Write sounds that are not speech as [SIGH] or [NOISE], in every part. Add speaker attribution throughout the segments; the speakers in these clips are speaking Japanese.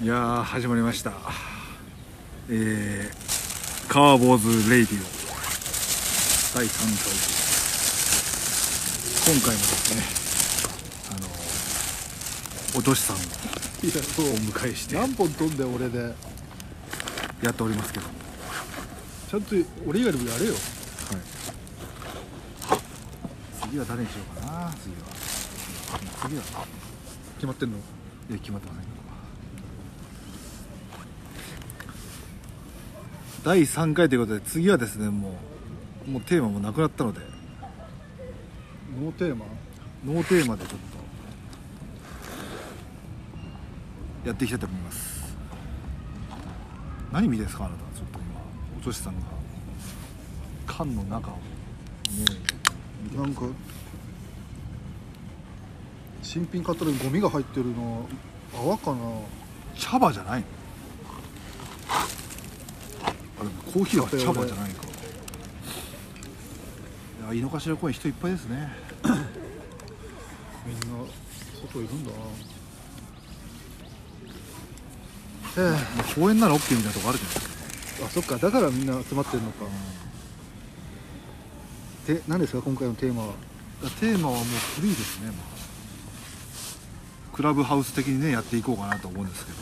Speaker 1: いやー始まりましたえー、カーボーズレイディオ第3回今回もですねあのお女子さんを
Speaker 2: いやそう
Speaker 1: お迎えして
Speaker 2: 何本飛んだよ俺で
Speaker 1: やっておりますけども、
Speaker 2: ちゃんと俺以外でもやれ
Speaker 1: は
Speaker 2: よ
Speaker 1: い、次は誰にしようかな次は次は
Speaker 2: 決まってんの
Speaker 1: いや決まってませんけど第3回ということで次はですねもうもうテーマもなくなったので
Speaker 2: ノーテーマ
Speaker 1: ノーテーマでちょっとやっていきたいと思います何見てんですかあなたちょっと今お女子さんが缶の中をね
Speaker 2: なんか新品買ったのにゴミが入ってるの泡かな
Speaker 1: 茶葉じゃないのあれコーヒーは茶葉じゃないかいや井の頭公園人いっぱいですね
Speaker 2: みんな外いるんだなえ
Speaker 1: まあ公園なら OK みたいなとこあるじゃないですか
Speaker 2: えあそっかだからみんな集まってんのかで何ですか今回のテーマは
Speaker 1: だからテーマはもう古いですね、まあ、クラブハウス的にねやっていこうかなと思うんですけど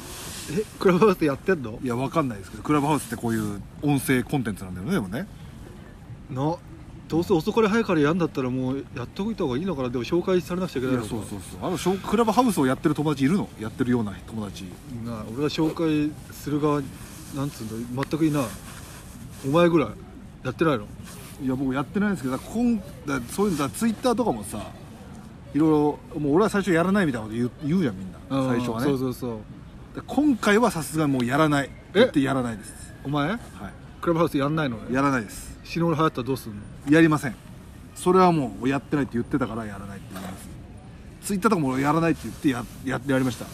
Speaker 2: えクラブハウスやってんの
Speaker 1: いやわかんないですけどクラブハウスってこういう音声コンテンツなんだよねでもね
Speaker 2: などうせ遅かれ早かれやんだったらもうやっといた方がいいのかなでも紹介されなくちゃい
Speaker 1: い
Speaker 2: け
Speaker 1: や
Speaker 2: ない
Speaker 1: そ
Speaker 2: の
Speaker 1: う
Speaker 2: か
Speaker 1: そうそうあのしょクラブハウスをやってる友達いるのやってるような友達
Speaker 2: なあ俺が紹介する側なんつうんだ全くいないお前ぐらいやってないの
Speaker 1: いや僕やってないんですけどだからこんだそういうのだツイッターとかもさいろいろもう俺は最初やらないみたいなこと言う言うじゃんみんな最初はね
Speaker 2: そうそうそう
Speaker 1: だから今回はさすがにもうやらない
Speaker 2: え
Speaker 1: 言ってやらないです
Speaker 2: お前
Speaker 1: は
Speaker 2: クラブハウスやんないの
Speaker 1: い
Speaker 2: ね
Speaker 1: やらないです
Speaker 2: 死ぬ俺流行ったらどうすんの
Speaker 1: やりませんそれはもうやってないって言ってたからやらないって言いますツイッターとかもやらないって言ってやややりました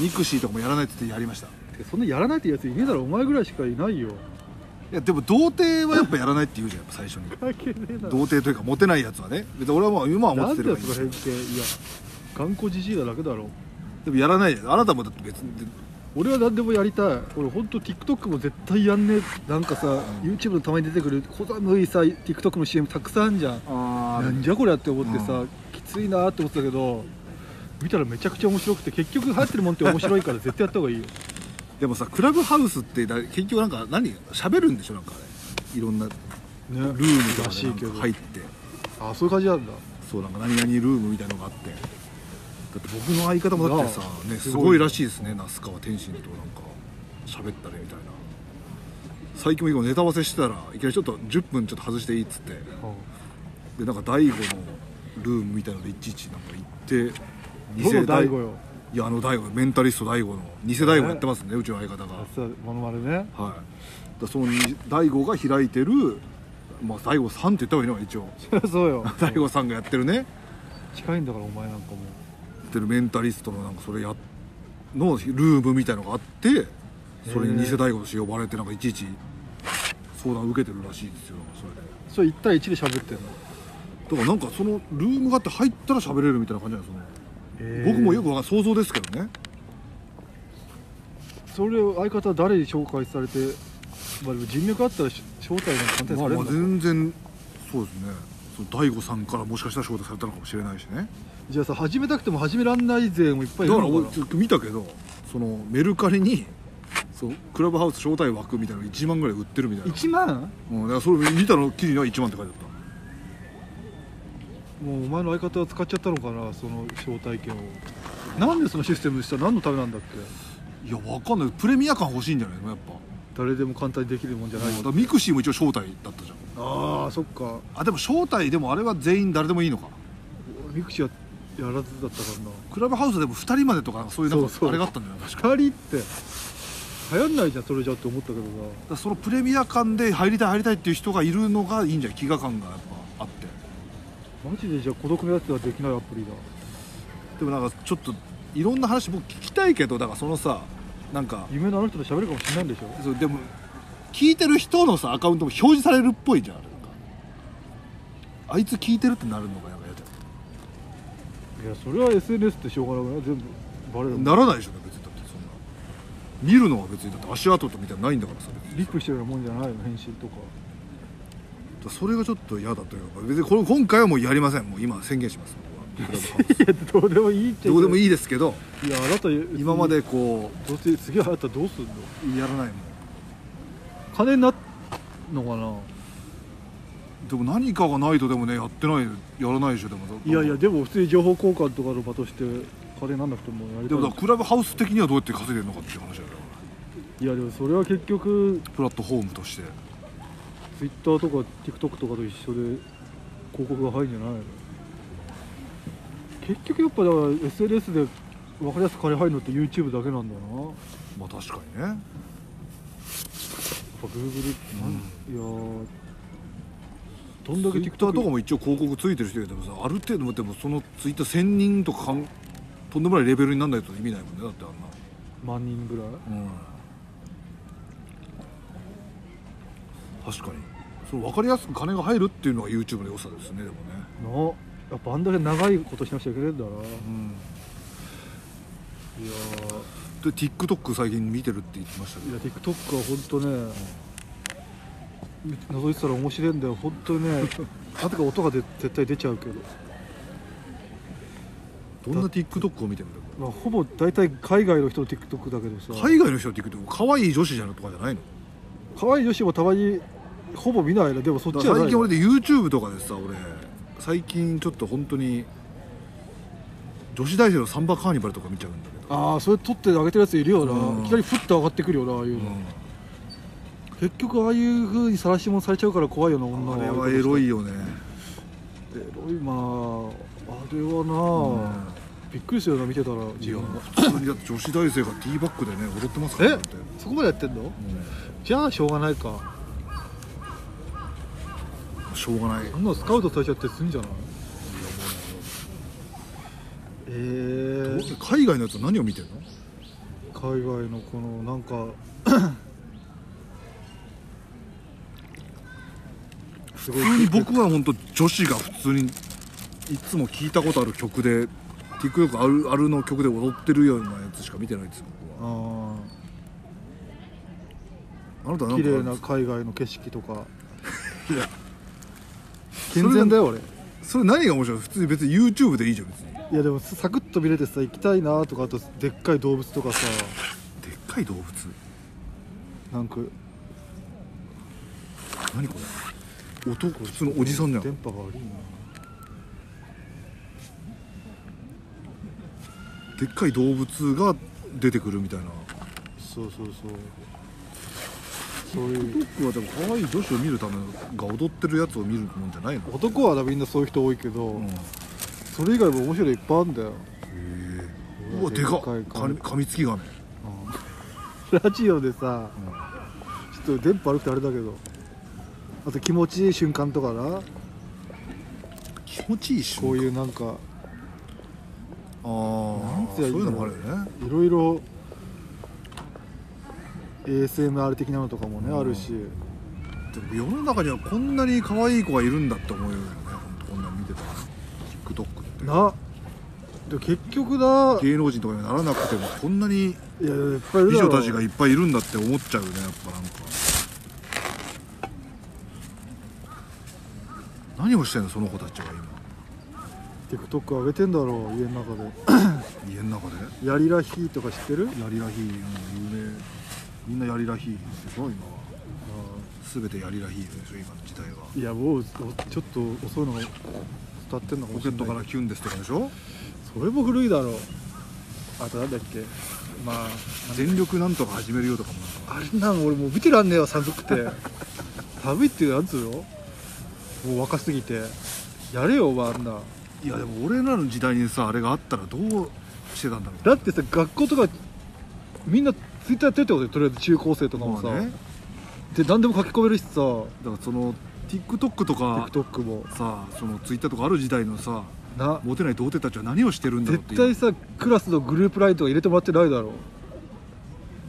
Speaker 1: ミクシーとかもやらないって言ってやりましたい
Speaker 2: てかそんなやらないってやついねえだろお前ぐらいしかいないよ
Speaker 1: やでも童貞はやっぱやらないって言うじゃんやっぱ最初に
Speaker 2: 関係ねえだ
Speaker 1: 童貞というかモテないやつはね別に俺はもう今はモ
Speaker 2: な
Speaker 1: テて
Speaker 2: んて
Speaker 1: る
Speaker 2: や
Speaker 1: か
Speaker 2: つ
Speaker 1: らいいんで
Speaker 2: が
Speaker 1: すよ
Speaker 2: 変形いや頑固じじいだだけだろ
Speaker 1: でもやらないじゃんあなたもだって別に
Speaker 2: 俺は何でもやりたい俺ほんと TikTok も絶対やんねえなんかさ、YouTube のたまに出てくる小寒いさ TikTok の CM たくさんあんじゃん
Speaker 1: あ
Speaker 2: なんじゃこりゃって思ってさ、きついなーって思ってたけど見たらめちゃくちゃ面白くて結局流行ってるもんって面白いから絶対やった方がいいよ
Speaker 1: でもさクラブハウスってだ結局なんか何喋るんでしょなんかあれいろんなル
Speaker 2: ね
Speaker 1: ームとから
Speaker 2: しいけ
Speaker 1: な
Speaker 2: ど
Speaker 1: んか入って
Speaker 2: あそういう感じなんだ
Speaker 1: そうなんか何々ルームみたいのがあってだって僕の相方もだってさ
Speaker 2: なあ、
Speaker 1: ね、す
Speaker 2: すごい
Speaker 1: ごいらしいですね那須川天心となんか喋ったりみたいな最近も一個ネタ合わせしてたらいきなりちょっと10分ちょっと外していいっつってでなんか大悟のルームみたいのでいちいちなんか行って
Speaker 2: どの
Speaker 1: 大
Speaker 2: 大悟よ
Speaker 1: いやあの大悟メンタリスト大悟の偽大悟やってますねうちの相方が
Speaker 2: あそうモノマネね [LAUGHS]
Speaker 1: はい、だからそのに大悟が開いてる、まあ、大悟さんって言った方がいいのか一応
Speaker 2: そうよ
Speaker 1: 大悟さんがやってるねや
Speaker 2: 近いんだからお前なんかも
Speaker 1: ってるメンタリストのなんかそれやのルームみたいのがあってそれに偽大悟として呼ばれてなんかいちいち相談受けてるらしいですよそれで
Speaker 2: うそれ1対1で喋ってんの、
Speaker 1: だからなんかそのルームがあって入ったら喋れるみたいな感じなんですよ、僕もよくわかん想像ですけどね
Speaker 2: それを相方は誰に紹介されて、まあ、でも人脈あったらし招待なんか簡単に
Speaker 1: ま
Speaker 2: さ
Speaker 1: あ、
Speaker 2: れ
Speaker 1: まあ
Speaker 2: るんだ、
Speaker 1: 全然そうですねその大悟さんからもしかしたら招待されたのかもしれないしね
Speaker 2: じゃあさ始めたくても始めらんない勢もいっぱいい
Speaker 1: だ
Speaker 2: る
Speaker 1: か
Speaker 2: の
Speaker 1: ら俺
Speaker 2: かな
Speaker 1: ちょっと見たけどそのメルカリにそうクラブハウス招待枠みたいなの1万ぐらい売ってるみたいな、
Speaker 2: 1万
Speaker 1: うん、だからそれ見たの記事には1万って書いてあっ
Speaker 2: もうお前の相方は使っちゃったのかなその招待券をなんでそのシステムした何のためなんだっけ
Speaker 1: たいやわかんないプレミア感欲しいんじゃないのやっぱ、
Speaker 2: 誰でも簡単にできるもんじゃない、
Speaker 1: うんだからミクシーも一応招待だったじゃん
Speaker 2: ああそっか
Speaker 1: あでも招待でもあれは全員誰でもいいのか
Speaker 2: ミクシーはやらずだったからな
Speaker 1: クラブハウスでも2人までとかそういうなん
Speaker 2: そう
Speaker 1: か
Speaker 2: そう
Speaker 1: あれがあったんじゃない確か
Speaker 2: 2人って流行んないじゃんそれじゃって思ったけどさ
Speaker 1: だからそのプレミア感で入りたい入りたいっていう人がいるのがいいんじゃない飢餓感がやっぱあって
Speaker 2: マジでじゃあ孤独なやつはできないアプリだ
Speaker 1: でもなんかちょっといろんな話僕聞きたいけどだからそのさなんか
Speaker 2: 夢のあの人と喋るかもしれないんでしょ
Speaker 1: そうでも聞いてる人のさアカウントも表示されるっぽいじゃんあれなんかあいつ聞いてるってなるのがなんか嫌じ
Speaker 2: いやそれは SNS ってしょうがなくない全部バレ
Speaker 1: ゃん
Speaker 2: るもん
Speaker 1: ならないでしょ別にだってそん見るのは別にだって足跡とみたいなのないんだからさ別に
Speaker 2: リップしてるようなもんじゃないの返信とか
Speaker 1: だからそれがちょっと嫌だというか別にこれ今回はもうやりませんもう今宣言します僕はクラブハウス
Speaker 2: [LAUGHS] いやどうでもいいっちゃ
Speaker 1: どうでも
Speaker 2: い
Speaker 1: いいですけど
Speaker 2: いやあなた
Speaker 1: 今までこ
Speaker 2: どうせ次流行ったらどうすんの
Speaker 1: うやらないもん
Speaker 2: 金になっのかな
Speaker 1: でも何かがないとでもねやってないやらないでしょでも
Speaker 2: いやいやでも普通に情報交換とかの場として金になんなくてもやり
Speaker 1: で
Speaker 2: たい
Speaker 1: もだからクラブハウス的にはどうやって稼いでるのかっていう話だよ
Speaker 2: いやでもそれは結局
Speaker 1: プラットフォームとして
Speaker 2: Twitter とか TikTok とかと一緒で広告が入るんじゃないの結局やっぱだから SNS で分かりやすく金入るのって YouTube だけなんだよなやっ
Speaker 1: まあ確かにね
Speaker 2: ぱ Google なんいやーどんだけ
Speaker 1: ツイ
Speaker 2: TikTok
Speaker 1: ッターとかも一応広告ついてる人いるけどさある程度でもそのツイッター1000人とかかんとんでもないレベルにならないと意味ないもんねだってあ
Speaker 2: 万人ぐらい
Speaker 1: んな、うん、確かにその分かりやすく金が入るっていうのが YouTube の良さですねでもね
Speaker 2: なやっぱあんだけ長いことしなくちゃいけないんだな
Speaker 1: うん
Speaker 2: いやー
Speaker 1: で TikTok 最近見てるって言ってましたけ
Speaker 2: い
Speaker 1: ど
Speaker 2: や TikTok は本当ね覗いてたら面白いんだよ本当
Speaker 1: [LAUGHS]
Speaker 2: にねなぜか音がで絶対出ちゃうけど、
Speaker 1: どんな TikTok を見てるんだろ
Speaker 2: まあ、ほぼ大体海外の人の TikTok だけどさ
Speaker 1: う海外の人って TikTok 可愛い女子じゃなくとかじゃないの
Speaker 2: 可愛い女子もたまにほぼ見ないなでもそっ
Speaker 1: だ
Speaker 2: ち
Speaker 1: か
Speaker 2: は
Speaker 1: ら
Speaker 2: な
Speaker 1: 最
Speaker 2: い
Speaker 1: 近俺で YouTube とかでさ俺最近ちょっと本当に女子大生のサンバカーニバルとか見ちゃうんだけど
Speaker 2: ああそれ撮ってあげてるやついるよな、
Speaker 1: うん
Speaker 2: いきなりフッと上がってくるよなああいうの、結局ああいうふうに晒しもされちゃうから怖いよな女
Speaker 1: あ
Speaker 2: は
Speaker 1: れはエロいよね
Speaker 2: エロいまああれはな、びっくりするよな見てたら
Speaker 1: い
Speaker 2: 自
Speaker 1: や
Speaker 2: 分が
Speaker 1: 普通にだって女子大生がティーバックでね踊ってますから
Speaker 2: え
Speaker 1: だっても
Speaker 2: そこまでやってんのじゃあしょうがないか
Speaker 1: うしょうがない
Speaker 2: あんなのスカウトされちゃってすんじゃないえ
Speaker 1: どう
Speaker 2: ー、
Speaker 1: 海外のやつは何を見てるの
Speaker 2: 海外のこのなん
Speaker 1: [COUGHS]
Speaker 2: かすごい
Speaker 1: 普通に僕は本当女子が普通にいつも聞いたことある曲で TikTok あるあるの曲で踊ってるようなやつしか見てないです僕は
Speaker 2: あ
Speaker 1: あなた
Speaker 2: ー
Speaker 1: は
Speaker 2: 綺麗
Speaker 1: な
Speaker 2: なん
Speaker 1: か
Speaker 2: 海外の景色とか
Speaker 1: 綺麗
Speaker 2: 健全だよ俺い
Speaker 1: それ何が面白い普通に別に YouTube でいいじゃん別にで
Speaker 2: やでもサクッと見れてさ行きたいなとかあとでっかい動物とかさ
Speaker 1: っかい動物
Speaker 2: なんか
Speaker 1: 何これ音普通のおじさんじゃん
Speaker 2: 電波が悪いな
Speaker 1: でっかい動物が出てくるみたいな
Speaker 2: そうそうそうそういう
Speaker 1: 僕はでも可愛い女子を見るためが踊ってるやつを見るもんじゃないの
Speaker 2: 男はみんなそういう人多いけど、
Speaker 1: うんへ
Speaker 2: それ以外も面白いのいっぱいあるんだよ
Speaker 1: えうわでかっ
Speaker 2: でっかい
Speaker 1: かみ噛みつきガメ
Speaker 2: ラジオでさ、ちょっと電波悪くてあれだけどあと気持ちいい瞬間とかな
Speaker 1: 気持ちいいし
Speaker 2: こういうなんか
Speaker 1: ああ
Speaker 2: ん
Speaker 1: そ
Speaker 2: て
Speaker 1: うい
Speaker 2: 言えばいいんだろう
Speaker 1: うのもあるよね
Speaker 2: いろいろ ASMR 的なのとかもね、
Speaker 1: うん
Speaker 2: あるし
Speaker 1: でも世の中にはこんなに可愛い子がいるんだって思うよねほんとこんなん見てたら TikTok って
Speaker 2: なでも結局な
Speaker 1: 芸能人とかにならなくてもこんなに
Speaker 2: いやいっぱいいる
Speaker 1: 美
Speaker 2: だろ
Speaker 1: 女たちがいっぱいいるんだって思っちゃうよねやっぱなんか何をしてんのその子たちは
Speaker 2: TikTok 上げてんだろう家の中で
Speaker 1: 今家の中で
Speaker 2: ヤリラヒーとか知ってる
Speaker 1: ヤリラヒーうん有名みんなヤリラヒーすごいな全てヤリラヒーでしょ今の時代はい
Speaker 2: やもうおちょっと遅いのが伝ってんのか
Speaker 1: ポ
Speaker 2: もし
Speaker 1: ケッ
Speaker 2: れないけ
Speaker 1: ト
Speaker 2: ど
Speaker 1: からキュンですとかでしょ
Speaker 2: それも古いだろうあとなんだっけまあ
Speaker 1: 全力なんとか始めるよとかもなんか
Speaker 2: あれなん俺もう見てらんねえわ寒くて [LAUGHS] 寒いっていうなんつうのもう若すぎてやれよお前あんない
Speaker 1: やでも俺らの時代にさあれがあったらどうしてたんだろう
Speaker 2: だってさ学校とかみんなツイッターやってるってことでとりあえず中高生とかもさ、
Speaker 1: まあね
Speaker 2: で何でも書き込めるし
Speaker 1: だ
Speaker 2: さ
Speaker 1: からその TikTok とか
Speaker 2: TikTok も
Speaker 1: さその Twitter とかある時代のさ
Speaker 2: な
Speaker 1: モテない童貞たちは何をしてるんだろうってい
Speaker 2: 絶
Speaker 1: う
Speaker 2: 対さクラスのグループラインとか入れてもらってないだろ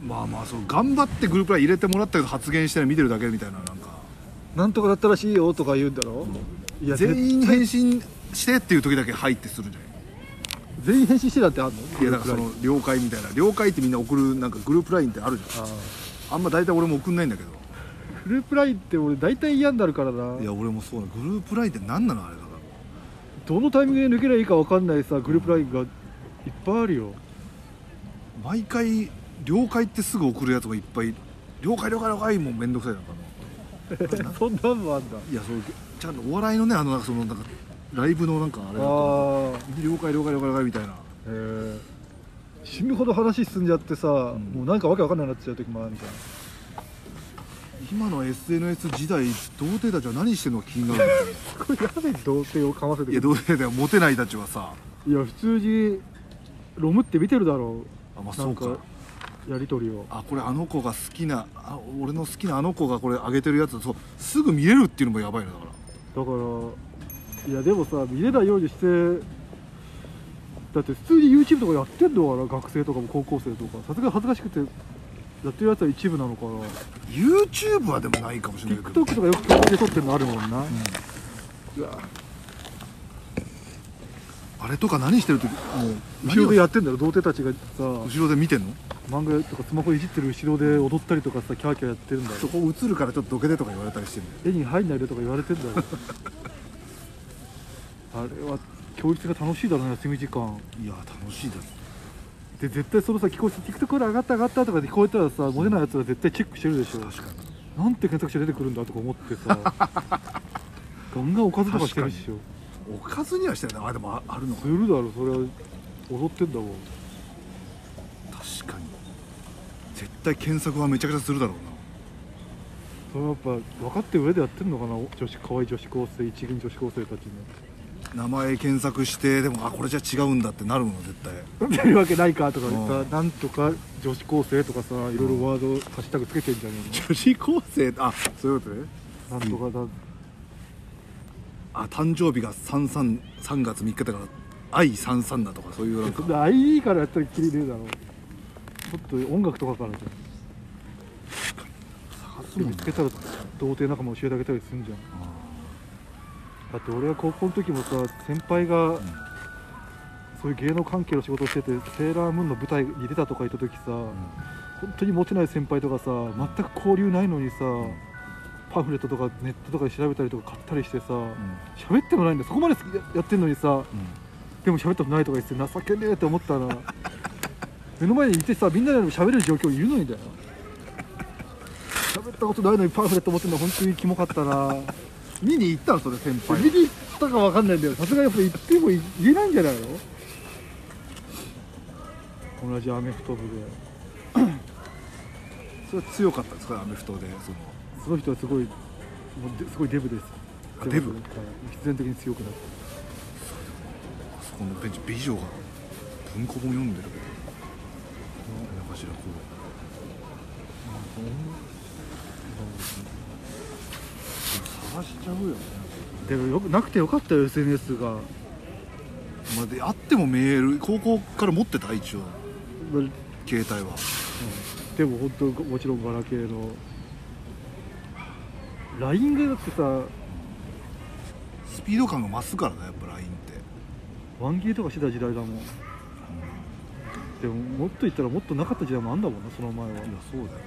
Speaker 1: まあまあそう頑張ってグループライン入れてもらったけど発言してない見てるだけみたいななんか
Speaker 2: なんとかだったらしいよとか言うんだろ、いや
Speaker 1: 全員返信してっていう時だけ入ってするんじゃない
Speaker 2: 全員返信してたってあんの
Speaker 1: いやだからその了解みたいな了解ってみんな送るなんかグループ LINE ってあるじゃ
Speaker 2: あー
Speaker 1: んあんま大体俺も送んないんだけど
Speaker 2: グループラインって俺大体嫌になるからない
Speaker 1: や俺もそうなグループ LINE って何なのあれだか
Speaker 2: どのタイミングで抜けりゃいいか分かんないさグループラインがいっぱいあるよ
Speaker 1: ら毎回了解ってすぐ送るやつがいっぱい了解了解了解もうめんどくさいなんかな
Speaker 2: [LAUGHS] そんなんもあんだ
Speaker 1: いやそうちゃんとお笑いのねあのなんかそのなんかライブのなんかあれだ
Speaker 2: あ
Speaker 1: と
Speaker 2: ー
Speaker 1: 了解了解了解了解みたいな
Speaker 2: へー死ぬほど話進んじゃってさ、
Speaker 1: ん
Speaker 2: もうなんかわけわかんないなっちゃう時もあるじゃん
Speaker 1: 今の SNS 時代童貞たちは何してんのか気になるんだよね
Speaker 2: これやべえ童貞をかませて
Speaker 1: い
Speaker 2: く
Speaker 1: や
Speaker 2: る
Speaker 1: 童貞だよモテないたちはさ
Speaker 2: いや普通にロムって見てるだろ
Speaker 1: あまあ
Speaker 2: な
Speaker 1: そ
Speaker 2: ん
Speaker 1: うか
Speaker 2: かやり取りを
Speaker 1: あこれあの子が好きなあ俺の好きなあの子がこれ上げてるやつそうすぐ見れるっていうのもやばいなだから
Speaker 2: だからいやでもさ見れないようにしてだって普通に YouTube とかやってんのかな学生とかも高校生とかさすがに恥ずかしくてやってるやつは一部なのかな
Speaker 1: YouTube はでもないかもしれないけど
Speaker 2: TikTok とかよく撮って撮ってるのあるもんな、うわ
Speaker 1: あれとか何してる時もう
Speaker 2: 後ろで
Speaker 1: 何を
Speaker 2: やってんだろ童貞たちがさ
Speaker 1: 後ろで見てんの
Speaker 2: 漫画とかスマホいじってる後ろで踊ったりとかさキャーキャーやってるんだよ
Speaker 1: そこ映るからちょっとどけてとか言われたりしてるんだよ
Speaker 2: 絵に入んないでとか言われてんだよあれは教室が楽しいだろうな休み時間
Speaker 1: いや楽しいだろ
Speaker 2: で絶対そのさ聞こえて TikTok で上がった上がったとかで聞こえたらさモテないやつは絶対チェックしてるでしょ
Speaker 1: 確かに
Speaker 2: なんて検索して出てくるんだとか思って [LAUGHS] さガンガンおかずとかしてるっしょ
Speaker 1: おかずにはしてないなあでもああるのか
Speaker 2: するだろそれは踊ってんだもん
Speaker 1: 確かに絶対検索はめちゃくちゃするだろう
Speaker 2: それはやっぱ分かって上でやってんのかな女子可愛い女子高生一軍女子高生たちに
Speaker 1: な名前検索してでもあこれじゃ違うんだってなるもの絶対
Speaker 2: 出るわけないかとか言
Speaker 1: う
Speaker 2: ったなんとか女子高生とかさいろいろワードハッシュタグつけてんじゃね
Speaker 1: 女子高生あそういうことね
Speaker 2: えのなんとかだ
Speaker 1: あ誕生日が333月3日だから愛33だとかそういうなん
Speaker 2: そ
Speaker 1: か
Speaker 2: んな IE からやったらきりねえだろもっと音楽とかからじゃん見つけたら童貞仲間教えてあげたりするんじゃんだって俺は高校の時もさ先輩がそういう芸能関係の仕事をしててセーラームーンの舞台に出たとか言った時さ、本当にモテない先輩とかさ全く交流ないのにさ、パンフレットとかネットとかで調べたりとか買ったりしてさ喋、ってもないんだよそこまで好きややってんのにさ、でも喋ったことないとか言って情けねえって思ったら目の前にいてさみんなで喋れる状況いるのにだよ喋ったことないのにパンフレット持ってるの本当にキモかったな
Speaker 1: 見に行ったのそれ先
Speaker 2: 見
Speaker 1: 輩
Speaker 2: に行ったかわかんないんだよさすがにやっぱ行っても言えないんじゃないの同じアメフト部で
Speaker 1: それは強かったんですかアメフトでその
Speaker 2: その人はすごいもうですごいデブです
Speaker 1: あデブ
Speaker 2: はい必然的に強くなっ
Speaker 1: あそこのベンチ美女が文庫本読んでるけど何かしらこう探しちゃうよね、
Speaker 2: たでもよくなくてよかったよ SNS が
Speaker 1: まあ、であってもメール高校から持ってた一応
Speaker 2: まあ
Speaker 1: 携帯は
Speaker 2: でも本当もちろんガラケーの LINE がだってさ
Speaker 1: スピード感が増すからねやっぱ LINE って
Speaker 2: ワンギーとかしてた時代だもんでももっと言ったらもっとなかった時代もあんだもんなその前はい
Speaker 1: やそうだよ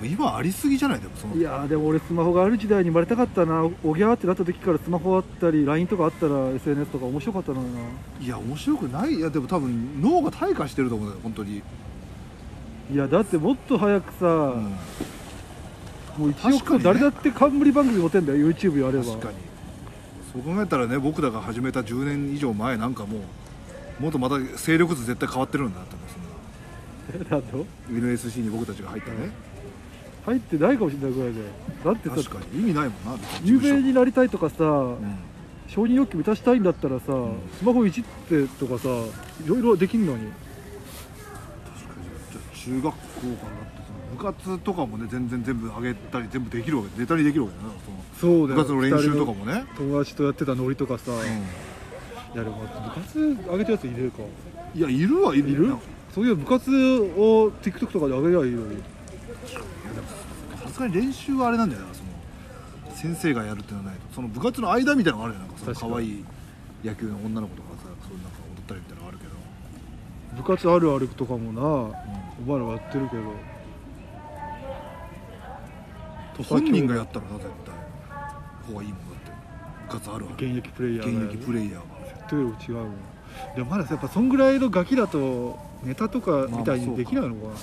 Speaker 1: でも今ありすぎじゃないでもその
Speaker 2: いやーでも俺スマホがある時代に生まれたかったなおぎゃーってなった時からスマホあったり LINE とかあったら SNS とか面白かったのにない
Speaker 1: や面白くないいやでも多分脳が退化してると思うんだよ本当に、
Speaker 2: いやだってもっと早くさ、
Speaker 1: うん
Speaker 2: もう1億
Speaker 1: 確かにね
Speaker 2: 誰だって冠番組持てんだよ YouTube やれば
Speaker 1: 確かにそう考えたらね僕らが始めた10年以上前なんかもうもっとまた勢力図絶対変わってるんだなって思う
Speaker 2: だと
Speaker 1: その NSC に僕たちが入ったね、
Speaker 2: 入ってないかもしれないぐらいでだって
Speaker 1: 確
Speaker 2: さ
Speaker 1: かに意味ないもんな別
Speaker 2: 有
Speaker 1: に事務
Speaker 2: 名
Speaker 1: 所
Speaker 2: になりたいとかさ、
Speaker 1: うん
Speaker 2: 承認欲求満たしたいんだったらさ、スマホいじってとかさいろいろできんのに
Speaker 1: 確かにじゃあ中学校からだってその部活とかもね全然全部上げたり全部できるわけネタにできるわけだなその
Speaker 2: そう
Speaker 1: 部活の練習とかもね、
Speaker 2: 友達とやってたノリとかさ、い
Speaker 1: うん
Speaker 2: やでも部活上げたやついるか
Speaker 1: いやいるはいる
Speaker 2: いるそういう部活を TikTok とかで上げりゃいいのに
Speaker 1: さすがに練習はあれなんだよなその先生がやるっていうのはないとその部活の間みたいなのがあるじゃんなんかその
Speaker 2: 確かに
Speaker 1: 可愛い野球の女の子とかさそういうなんか踊ったりみたい
Speaker 2: 部活あるあるとかもな、お前らはやってるけど
Speaker 1: 本人がやったらな絶対方がいいもんだって部活あるある
Speaker 2: 現役プレイヤーが
Speaker 1: 現役プレイヤーが
Speaker 2: とより違うもんでもまだやっぱそんぐらいのガキだとネタとかみたいにできないのかな、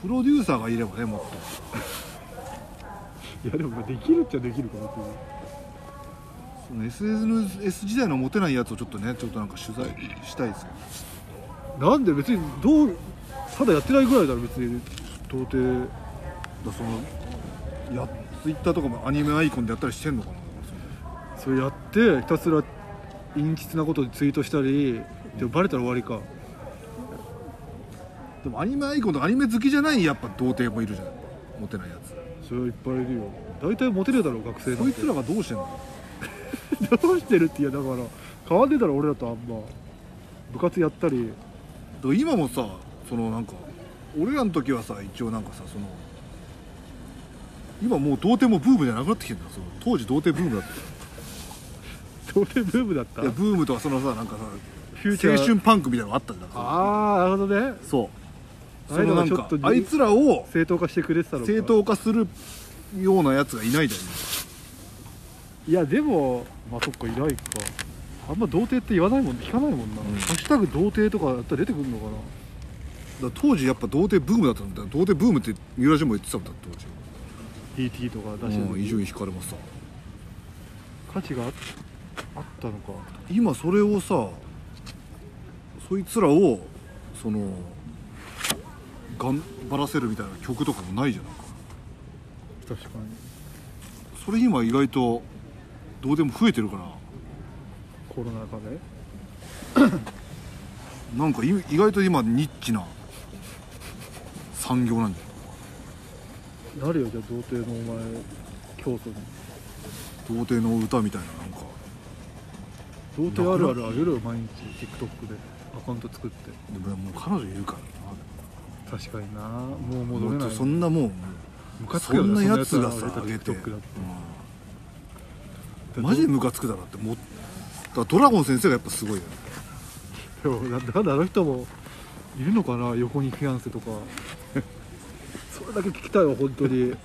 Speaker 1: プロデューサーがいればねもっと
Speaker 2: いやでもまあできるっちゃできるかなって
Speaker 1: その SNS 時代のモテないやつをちょっとねちょっとなんか取材したいですよね
Speaker 2: なんで別にどうただやってないぐらいだろ別に童貞
Speaker 1: だそのやツイッターとかもアニメアイコンでやったりしてんのかな
Speaker 2: それやってひたすら陰湿なことツイートしたりでもバレたら終わりか
Speaker 1: でもアニメアイコンとかアニメ好きじゃないやっぱ童貞もいるじゃないモテないやつ
Speaker 2: それはいっぱいいるよ大体モテるだろう学生なん
Speaker 1: こい
Speaker 2: て
Speaker 1: つらがどうしてんの
Speaker 2: どうしてるっていやだから変わんねえだろ俺らとあんま部活やったり
Speaker 1: だから今もさそのなんか俺らの時はさ一応なんかさその今もう童貞もブームじゃなくなってきてんだよその当時童貞ブームだったよ
Speaker 2: 童貞ブームだった
Speaker 1: いや
Speaker 2: フ
Speaker 1: ブームとかそのさなんかさ
Speaker 2: ューチャー
Speaker 1: 青春パンクみたいなのがあったんだから
Speaker 2: ああなるほどね
Speaker 1: そう
Speaker 2: あ
Speaker 1: そ
Speaker 2: れ
Speaker 1: のなん
Speaker 2: だから
Speaker 1: か
Speaker 2: ちょっと
Speaker 1: あいつらを
Speaker 2: 正当化してくれてたのか
Speaker 1: 正当化するようなやつがいないじゃん
Speaker 2: いやでもまあそっかいないかあんま童貞って言わないもん聞かないもんな、
Speaker 1: うん
Speaker 2: ハッシュタグ童貞とかやったら出てくるのかな
Speaker 1: だから当時やっぱ童貞ブームだったんだよ童貞ブームって三浦淳も言ってたんだ当時
Speaker 2: DT とか出して
Speaker 1: もう伊
Speaker 2: る
Speaker 1: 集院光もさ
Speaker 2: 価値がああったのか
Speaker 1: 今それをさそいつらをその頑張らせるみたいな曲とかもないじゃないか
Speaker 2: 確かに
Speaker 1: それ今意外とどうでも増えてるから
Speaker 2: コロナ禍で
Speaker 1: なんかい意外と今ニッチな産業なんじゃない
Speaker 2: なるよじゃあ童貞のお前競争に
Speaker 1: 童貞の歌みたいななんか
Speaker 2: 童貞あるあるあげるよ毎日 TikTok でアカウント作って
Speaker 1: でももう彼女いるからな
Speaker 2: 確かになもう戻れない
Speaker 1: そんなもう
Speaker 2: ム
Speaker 1: そんなやつが
Speaker 2: そんな
Speaker 1: さ
Speaker 2: やつ
Speaker 1: 上げて、
Speaker 2: TikTok だって
Speaker 1: うんマジでムカつくだなってもうだからドラゴン先生がやっぱすごいよね
Speaker 2: でもななんであの人もいるのかな横にフィアンセとか
Speaker 1: [LAUGHS]
Speaker 2: それだけ聞きたいわ本当に絶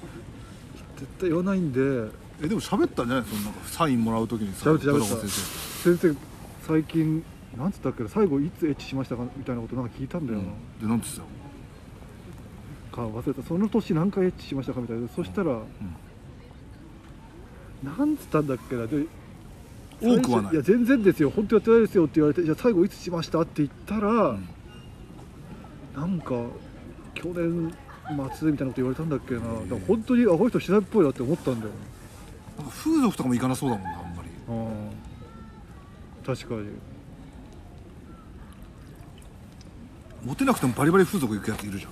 Speaker 2: 対言わないんで
Speaker 1: えでも喋ったんじゃないそのなんかサインもらう時にさ
Speaker 2: 喋った
Speaker 1: ド
Speaker 2: 喋
Speaker 1: ラ
Speaker 2: った
Speaker 1: ゴン先生
Speaker 2: 先生最近なんつったっけな最後いつエッチしましたかみたいなことなんか聞いたんだよな、
Speaker 1: でなんて言ってたの
Speaker 2: か忘れたその年何回エッチしましたかみたいなそしたら、なんつったんだっけなで
Speaker 1: 多くはない
Speaker 2: 最初や全然ですよ本当やってないですよって言われてじゃあ最後いつしましたって言ったら、
Speaker 1: ん
Speaker 2: なんか去年末みたいなこと言われたんだっけな、だから本当にあこの人してないっぽいなって思ったんだよ、
Speaker 1: なんか風俗とかも行かなそうだもんなあんまり
Speaker 2: 確かに
Speaker 1: モテなくてもバリバリ風俗行くやついる
Speaker 2: [LAUGHS]
Speaker 1: じゃん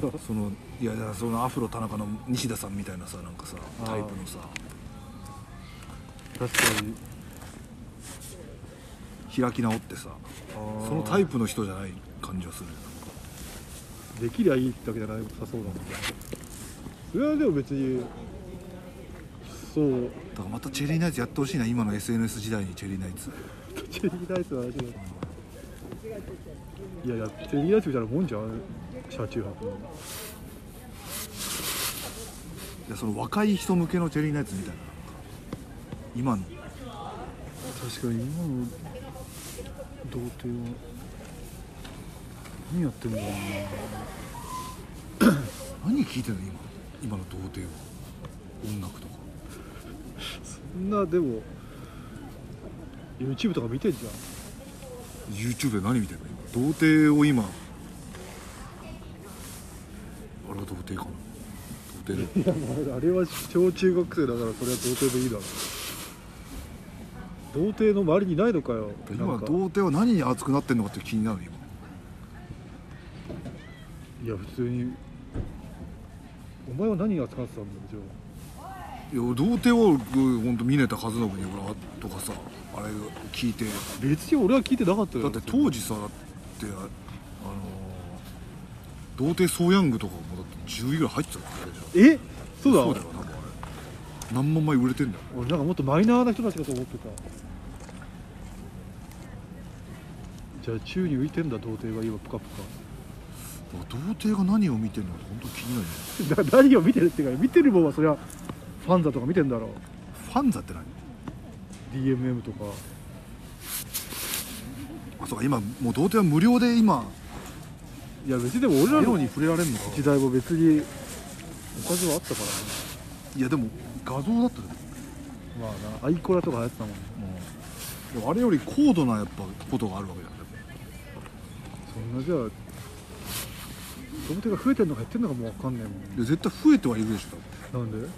Speaker 2: そう
Speaker 1: そのいやいやそのアフロ田中の西田さんみたいなさなんかさ
Speaker 2: あー
Speaker 1: タイプのさ
Speaker 2: 確かに
Speaker 1: 開き直ってさそ
Speaker 2: そ
Speaker 1: のタイプの人じゃない感じはするよ
Speaker 2: できりゃいいってわけじゃないさそうだもんねそれはでも別にそう
Speaker 1: だからまたチェリーナイツやってほしいな今の SNS 時代にチェリーナイツ
Speaker 2: 途中にライスの話だいやいやチェリーライスみたいなもんじゃん車中泊の
Speaker 1: いやその若い人向けのチェリーナイツみたいななんか今の
Speaker 2: 確かに今の童貞は何やってんだろう
Speaker 1: 何聞いてんの今今の童貞は音楽とか
Speaker 2: なそんなでも YouTube とか見てんじゃ
Speaker 1: YouTube で何見てんの今童貞を今あれは童貞かな童貞だ
Speaker 2: んいやまああれは小中学生だからそれは童貞でいいだろ童貞の周りにいないのかよな
Speaker 1: 今
Speaker 2: んか
Speaker 1: 童貞は何に熱くなってんのかって気になる今
Speaker 2: いや普通にお前は何が使ってたんだよじゃ
Speaker 1: いや童貞は本当峰田和伸に俺はとかさあれ聞いて
Speaker 2: あ別に俺は聞いてなかったよ
Speaker 1: だって当時さだってああのー童貞ソーヤングとかもだって10位ぐらい入ってたからねじゃ
Speaker 2: えそうだ
Speaker 1: あそうだよ多分あれ何万枚売れてんだよ
Speaker 2: 俺なんかもっとマイナーな人たちだと思ってたじゃあ宙に浮いてんだ童貞が今ポカポ
Speaker 1: 童貞が何を見てるのか本当気になるね
Speaker 2: [LAUGHS] カだ何を見てるっていうか見てるもんはそりゃファンザとか見てんだろう
Speaker 1: ファンザって何
Speaker 2: DMM とか
Speaker 1: あそうか今もう童貞は無料で今
Speaker 2: いや別にでも俺ら
Speaker 1: エロ
Speaker 2: の
Speaker 1: に触れられるのか
Speaker 2: 時代も別におかずはあったからね
Speaker 1: いやでも画像だったで
Speaker 2: まあなアイコラとか流行ってたもんね
Speaker 1: でもあれより高度なやっぱことがあるわけじゃんだって
Speaker 2: そんなじゃあ童貞が増えてんのか減ってんのかもう分かんないもん
Speaker 1: で絶対増えてはいるでしょ
Speaker 2: なんで
Speaker 1: 多分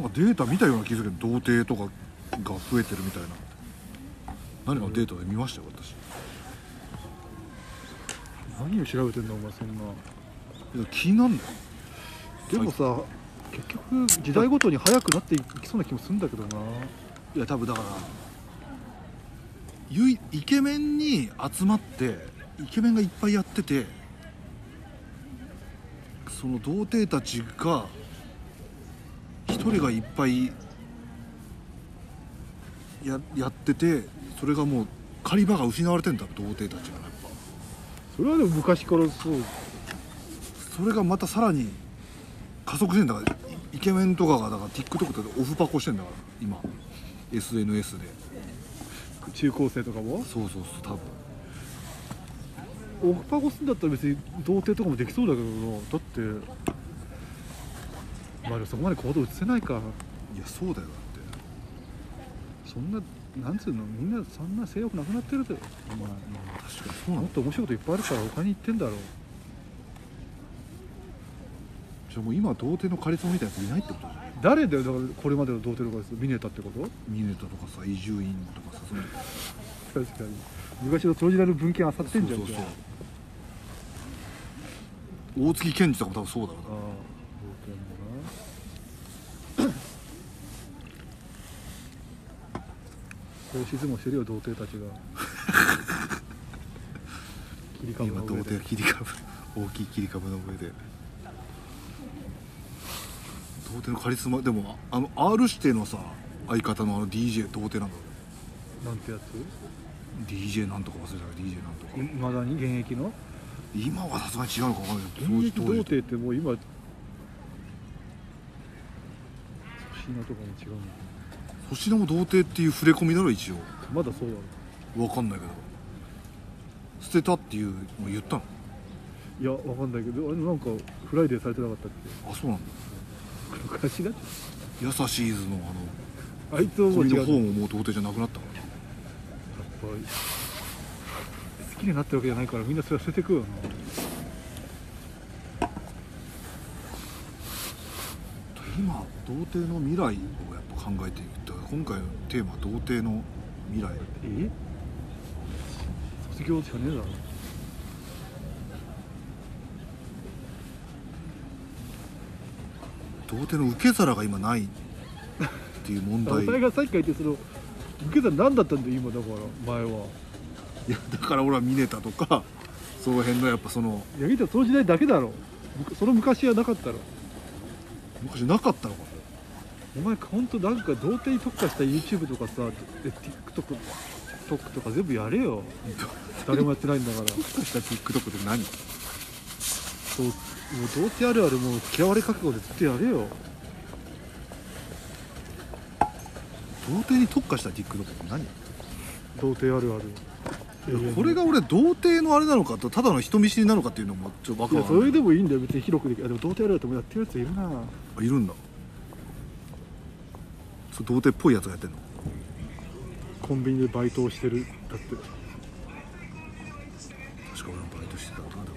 Speaker 1: なんかデータ見たような気がするけど童貞とかが増えてるみたいな何かデータで見ましたよ私
Speaker 2: 何を調べてんだお前そんない
Speaker 1: や気になんない
Speaker 2: でもさ結局時代ごとに早くなっていきそうな気もするんだけどない
Speaker 1: や多分だからゆいイケメンに集まってイケメンがいっぱいやっててその童貞たちが一人がいっぱいややっててそれがもう狩り場が失われてんだ童貞たちがやっぱ
Speaker 2: それはでも昔からそう
Speaker 1: それがまたさらに加速してんだからイイケメンとかがだから TikTok とかでオフパコしてんだから今 SNS で
Speaker 2: 中高生とかも
Speaker 1: そうそうそう多分
Speaker 2: オフパコすんだったら別に童貞とかもできそうだけどなだってまあでもそこまで行動移せないか
Speaker 1: いやそうだよだって
Speaker 2: そんななんつうのみんなそんな性欲なくなってるだよお前
Speaker 1: 確かにそうな
Speaker 2: もっ
Speaker 1: の
Speaker 2: と面白いこといっぱいあるから他に行ってんだろう
Speaker 1: じゃあもう今童貞のカリスマみたいなやついないってことじゃない
Speaker 2: 誰だよだからこれまでの童貞とか見ねたってこと
Speaker 1: ミネタとかさ伊集院とかさそういうの
Speaker 2: 確かに昔のその時代の文献あさってんじゃん
Speaker 1: そうそう
Speaker 2: じゃあ
Speaker 1: そう大月健二とかも多分そうだろ
Speaker 2: ああ
Speaker 1: うな
Speaker 2: 童貞もな少し相撲してるよ童貞たちが [LAUGHS] 切り株
Speaker 1: 今
Speaker 2: の
Speaker 1: 童
Speaker 2: 上で
Speaker 1: 貞切り株大きい切り株の上で童貞のカリスマでもあの R 指定のさ相方のあの DJ 童貞なんだよ
Speaker 2: なんてやつ
Speaker 1: DJ なんとか忘れたけど DJ なんとか
Speaker 2: いまだに現役の
Speaker 1: 今はさすがに違うのか分かんないけど
Speaker 2: 現役
Speaker 1: 当
Speaker 2: 童
Speaker 1: 時と
Speaker 2: 貞ってもう今粗品とかも違うの
Speaker 1: 粗品も童貞っていう触れ込みだろ一応
Speaker 2: まだそうだろ
Speaker 1: わかんないけど捨てたっていうのを言ったの
Speaker 2: いやわかんないけどあれなんかフライデーされてなかったっ
Speaker 1: あそうなんだ
Speaker 2: け昔だって
Speaker 1: 優しいズのあ
Speaker 2: [LAUGHS] あいつは
Speaker 1: の
Speaker 2: もう
Speaker 1: 国
Speaker 2: 違
Speaker 1: の
Speaker 2: う
Speaker 1: 方
Speaker 2: やっ
Speaker 1: ももう童貞じゃなくなったからね
Speaker 2: ぱり好きになってるわけじゃないからみんなそれは捨ててくよな
Speaker 1: 今童貞の未来をやっぱ考えていくだから今回のテーマは童貞の未来
Speaker 2: え卒業じゃねえだろ
Speaker 1: 童貞の受け皿が今ないっていう問
Speaker 2: [LAUGHS]
Speaker 1: 題
Speaker 2: お前がさっきから言ってその受け皿何だったんだよ今だから前はい
Speaker 1: やだから俺はミネタとかその辺のやっぱその
Speaker 2: いや見たらその時代だけだろむその昔はなかったろ
Speaker 1: 昔な [LAUGHS] かったのか
Speaker 2: お前ほんとなんか童貞に特化した YouTube とかさえ TikTok TikTok とか全部やれよ誰もやってないんだから
Speaker 1: なした TikTok って何
Speaker 2: そうもう童貞あるあるもう嫌われ覚悟でずっとやれよ
Speaker 1: 童貞に特化した TikTok って何
Speaker 2: 童貞あるある
Speaker 1: これが俺童貞のあれなのかとただの人見知りなのかっていうのもちょっと分か
Speaker 2: いや
Speaker 1: らない
Speaker 2: それでもいいんだよ別に広くできるでも童貞あるあるってもうやってるやついるない
Speaker 1: るんだそう童貞っぽいやつがやってんの
Speaker 2: コンビニでバイトをしてるだって
Speaker 1: 確か俺もバイトしてたな童貞の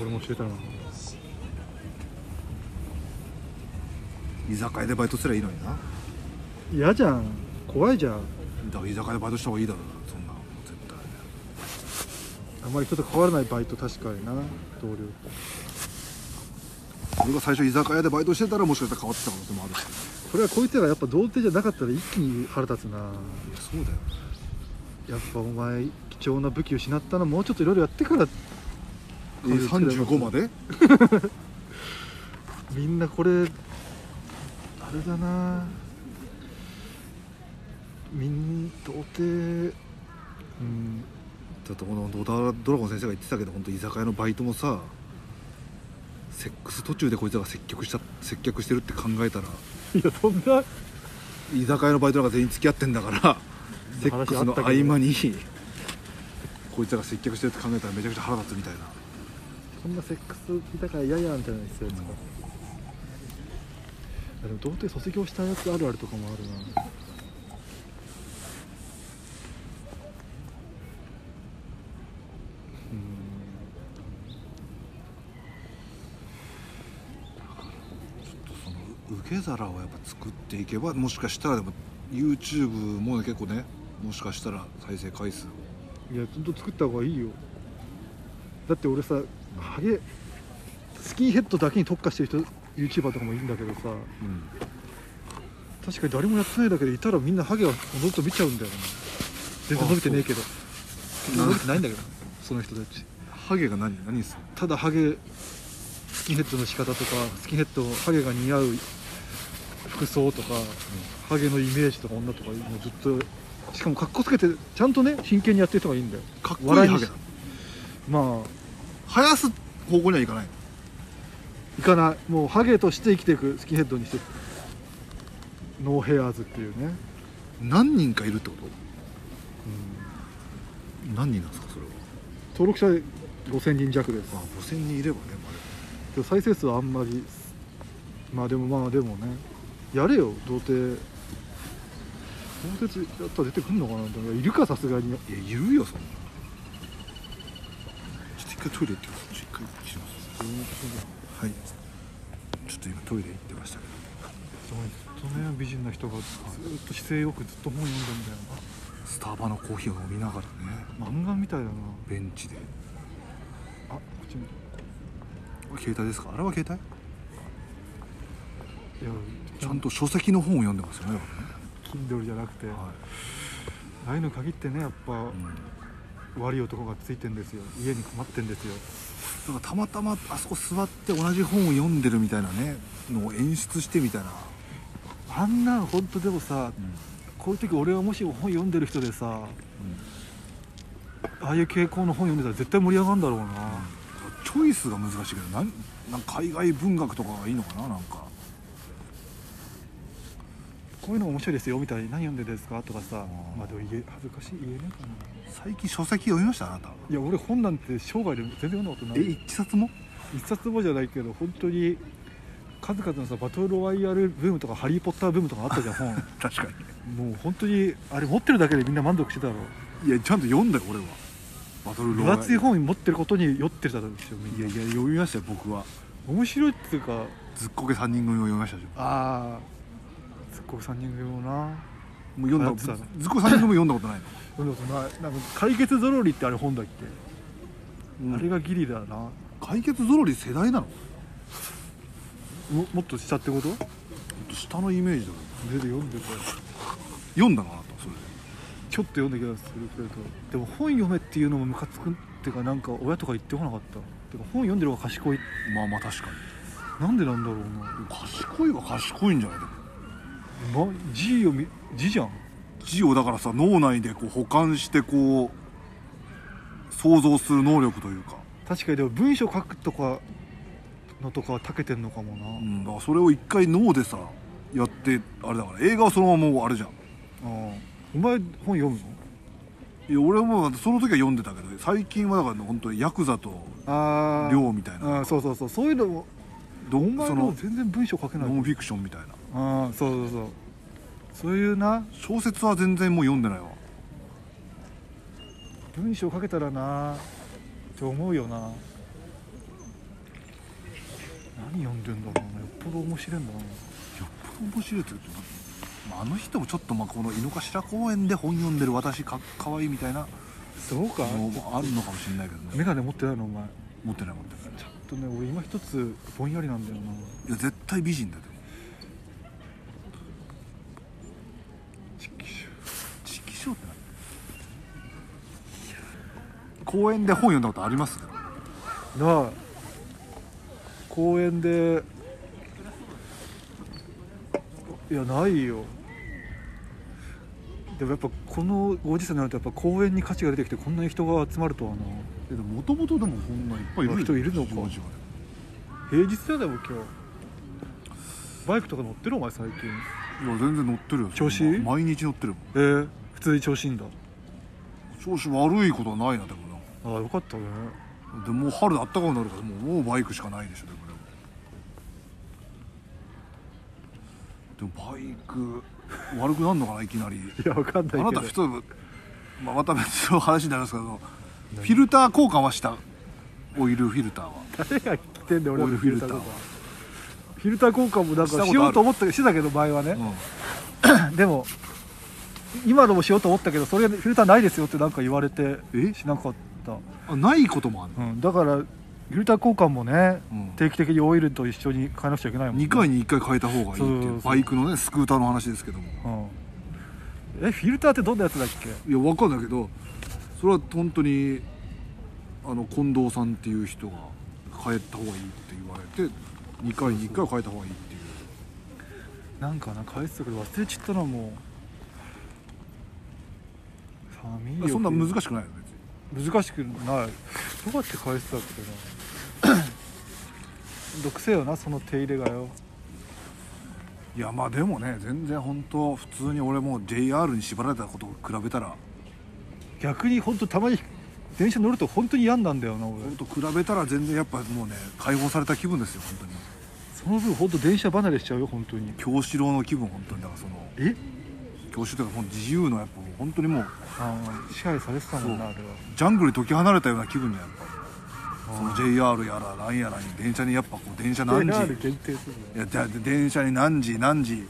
Speaker 1: 時
Speaker 2: 俺もしてたな
Speaker 1: 居酒屋でバイトすりゃいいのにな
Speaker 2: 嫌じゃん怖いじゃん
Speaker 1: だから居酒屋でバイトした方がいいだろうなそんなの絶対
Speaker 2: あんまり人と変わらないバイト確かにな同僚
Speaker 1: 俺が最初居酒屋でバイトしてたらもしかしたら変わってた可能性もあるし
Speaker 2: これはこいつらがやっぱ童貞じゃなかったら一気に腹立つな
Speaker 1: そうだよ
Speaker 2: やっぱお前貴重な武器失ったなもうちょっといろいろやってから
Speaker 1: えー35まで
Speaker 2: みんなこれあれだなみん童貞うん
Speaker 1: ちょっとこの小田ドラゴン先生が言ってたけど本当居酒屋のバイトもさセックス途中でこいつらが接客した接客してるって考えたら
Speaker 2: いやそんな
Speaker 1: 居酒屋のバイトなんか全員付き合ってんだからセックスの合間にこいつらが接客してるって考えたらめちゃくちゃ腹立つみたいな
Speaker 2: そんなセックスだから嫌やんじゃないですよ、とかあでも童貞卒業したやつあるあるとかもあるな
Speaker 1: その受け皿をやっぱ作っていけばもしかしたらでも YouTube もね結構ねもしかしたら再生回数
Speaker 2: いやちゃんと作った方がいいよだって俺さハゲスキンヘッドだけに特化してる人 YouTuber とかもいるんだけどさ
Speaker 1: うん
Speaker 2: 確かに誰もやってないだけでいたらみんなハゲはずっと見ちゃうんだよな全然伸びてねえけど伸びてないんだけどその人たち
Speaker 1: ハゲが何何する
Speaker 2: ただハゲスキンヘッドの仕方とかスキンヘッドハゲが似合う服装とか、ハゲのイメージとか女とかもうずっとしかも格好つけてちゃんとね真剣にやってる人がいいんだよ
Speaker 1: かっこいいハゲ
Speaker 2: 笑
Speaker 1: だ
Speaker 2: いにまあ
Speaker 1: 生やす方向にはいかない
Speaker 2: いかないもうハゲとして生きていくスキンヘッドにしていくノーヘアーズっていうね、
Speaker 1: 何人かいるってこと
Speaker 2: うん
Speaker 1: 何人なんですかそれは
Speaker 2: 登録者5000人弱です
Speaker 1: まあ5000人いればね
Speaker 2: でも再生数はあんまりまあでもまあでもねやれよ童貞童貞やったら出てくんのかなでもいるかさすがに
Speaker 1: まあいやいるよそんなちょっと一回トイレ行ってくださいちょっと一回しますはいちょっと今トイレ行ってましたけど
Speaker 2: ずっとね美人な人がずっと姿勢よくずっと本読んでんだよ
Speaker 1: スタバのコーヒーを飲みながらね
Speaker 2: な漫画みたいだな
Speaker 1: ベンチで
Speaker 2: あこっち見て
Speaker 1: 携帯ですかあれは携帯
Speaker 2: いや
Speaker 1: ちゃんと書籍の本を読んでますよね。
Speaker 2: Kindle じゃなくて、
Speaker 1: は
Speaker 2: ああいうの限ってねやっぱ、
Speaker 1: い。うん、だ
Speaker 2: 悪い男がついてんですよ家に困ってんですよ
Speaker 1: からたまたまあそこ座って同じ本を読んでるみたいなねのを演出してみたいな。
Speaker 2: あんなん本当でもさ、
Speaker 1: うん
Speaker 2: こういう時俺はもし本読んでる人でさああいう傾向の本読んでたら絶対盛り上がるんだろうな、
Speaker 1: チョイスが難しいけど、なんなんか海外文学とかがいいのかななんか。
Speaker 2: こういうの面白いですよみたいに何読んでですかとかさ
Speaker 1: ー
Speaker 2: まあでも言え恥ずかしい言えねえかな
Speaker 1: 最近書籍読みましたあなた。
Speaker 2: いや俺本なんて生涯で全然読んだことな
Speaker 1: え
Speaker 2: い
Speaker 1: 一冊も？
Speaker 2: 一冊もじゃないけど本当に数々のさバトルロワイヤルブームとかハリー・ポッターブームとかあったじゃん
Speaker 1: [LAUGHS]
Speaker 2: 本
Speaker 1: 確か
Speaker 2: もう本当にあれ持ってるだけでみんな満足してたろ
Speaker 1: に。いやちゃんと読んだよ俺は。バトルロ
Speaker 2: 分
Speaker 1: ワイヤル
Speaker 2: 厚い。本持ってることに酔ってたんですよみん
Speaker 1: いや
Speaker 2: ない
Speaker 1: や読みましたよ僕は。
Speaker 2: 面白いっていうか
Speaker 1: ずっこけ三人組を読みましたよ。
Speaker 2: ああすっごく3人組もな
Speaker 1: もう読んだ。
Speaker 2: 流行
Speaker 1: ず
Speaker 2: ってた
Speaker 1: っこけ三人組読んだこと
Speaker 2: [LAUGHS]
Speaker 1: ないの。
Speaker 2: 読んだことないなんか解決ぞろりってあれ本だっけ、あれがギリだなも
Speaker 1: 解決ぞろり世代なの？ち
Speaker 2: もっと下ってこと
Speaker 1: ょっと下のイメージだけど。
Speaker 2: 全然読んでた
Speaker 1: 読んだのあなたそれで。
Speaker 2: ちょっと読んだ気がするけれどでも本読めっていうのもムカつくっていうかなんか親とか言ってこなかったてか本読んでる方が賢い
Speaker 1: まあまあ確かに
Speaker 2: なんでなんだろう
Speaker 1: 賢いは賢いんじゃないでも
Speaker 2: な、ま、字読み字じゃん
Speaker 1: 字をだからさ脳内でこう保管してこう想像する能力というか,、
Speaker 2: 確かにでも文章書くとかのとかは長けてんのかもな、
Speaker 1: うん、だからそれを一回脳でさやってあれだから映画はそのままもうあれじゃん
Speaker 2: ああお前本読むの
Speaker 1: いや俺はもうその時は読んでたけど最近はだから本当にヤクザと
Speaker 2: ああ
Speaker 1: 寮みたいな
Speaker 2: あーそうそうそうそういうのも
Speaker 1: ど
Speaker 2: お
Speaker 1: ん
Speaker 2: 前
Speaker 1: そ
Speaker 2: の
Speaker 1: の
Speaker 2: 全然文章書けな
Speaker 1: ノ
Speaker 2: い
Speaker 1: ンフィクションみたいな
Speaker 2: ああそうそうそうそういうな
Speaker 1: 小説は全然もう読んでないわ
Speaker 2: 文章書けたらなって思うよな何読んでんだろうなよっぽど面白いんだな
Speaker 1: よっぽど面白いって言うとまああの人もちょっとまあこの井の頭公園で本読んでる私かかわいいみたいな
Speaker 2: そうか
Speaker 1: のもあるのかもしれないけどね
Speaker 2: 眼鏡持ってないのお前
Speaker 1: 持ってない持ってない
Speaker 2: ちょっとね俺今一つぼんやりなんだよない
Speaker 1: や絶対美人だよ
Speaker 2: ちっきしょ
Speaker 1: チキショーって何公園で本読んだことあります
Speaker 2: なあ公園でいやないよでもやっぱこのご時世になるとやっぱ公園に価値が出てきてこんなに人が集まるとはな
Speaker 1: えでももともとでもこんないっぱいいる
Speaker 2: 人いるのか
Speaker 1: 当時は
Speaker 2: 平日だよでも今日バイクとか乗ってるお前最近
Speaker 1: いや全然乗ってるよ
Speaker 2: 調子
Speaker 1: そんな毎日乗ってるも
Speaker 2: えー、普通に調子いいんだ
Speaker 1: ん調子悪いことはないなでも
Speaker 2: ああよかったね
Speaker 1: なでもう春あったかくなるからもうもうバイクしかないでしょでもでもバイク悪くなるのかないきなり
Speaker 2: いやわかんな
Speaker 1: あ
Speaker 2: いけど
Speaker 1: なた普通、まあ、また別の話になりますけどフィルター交換はしたオイルフィルターは
Speaker 2: 誰が来てんだよ俺
Speaker 1: オイ
Speaker 2: の
Speaker 1: ルフ
Speaker 2: フィ
Speaker 1: ィ
Speaker 2: ル
Speaker 1: ル
Speaker 2: タ
Speaker 1: タ
Speaker 2: ー
Speaker 1: ー
Speaker 2: とかフィルター交換もなん
Speaker 1: したこと
Speaker 2: か
Speaker 1: ある
Speaker 2: しようと思ったしてたけど前はね、
Speaker 1: う
Speaker 2: でも今のもしようと思ったけどそれフィルターないですよってなんか言われて
Speaker 1: え
Speaker 2: しなかった、
Speaker 1: んあないこともある
Speaker 2: う
Speaker 1: の、
Speaker 2: ん、だからフィルター交換もね、
Speaker 1: うん
Speaker 2: 定期的にオイルと一緒に変えなくちゃいけないもんね
Speaker 1: 2回に1回変えた方がいいっていう
Speaker 2: そうそうそう
Speaker 1: バイクのねスクーターの話ですけども
Speaker 2: うん、えフィルターってどんなやつだっけ
Speaker 1: いや分かんないけどそれは本当にあの近藤さんっていう人が変えた方がいいって言われて2回に1回は変えた方がいいっていう
Speaker 2: なんかな返すとこ忘れちゃったなもう寒いよ
Speaker 1: そんな
Speaker 2: 難
Speaker 1: 難しくないよ別に
Speaker 2: 難しくないどうやって返してたっけな [COUGHS] めんどくせえよなその手入れがよ
Speaker 1: いやまあでもね全然本当普通に俺もう JR に縛られたことを比べたら
Speaker 2: 逆に本当たまに電車乗ると本当に病んだんだよな俺
Speaker 1: 俺と比べたら全然やっぱもうね解放された気分ですよ本当に
Speaker 2: その分本当電車離れしちゃうよ本当に
Speaker 1: 京志郎の気分本当にだからその
Speaker 2: え
Speaker 1: 京志郎というかもう自由のやっぱもう本当にもう
Speaker 2: ああ支配されてたもんなあれは
Speaker 1: ジャングルに解き放れたような気分になるその JR やらなんやらに電車にやっぱこう電車何
Speaker 2: JR
Speaker 1: 時
Speaker 2: 限定する
Speaker 1: い
Speaker 2: の
Speaker 1: やじゃあ電車に何時何時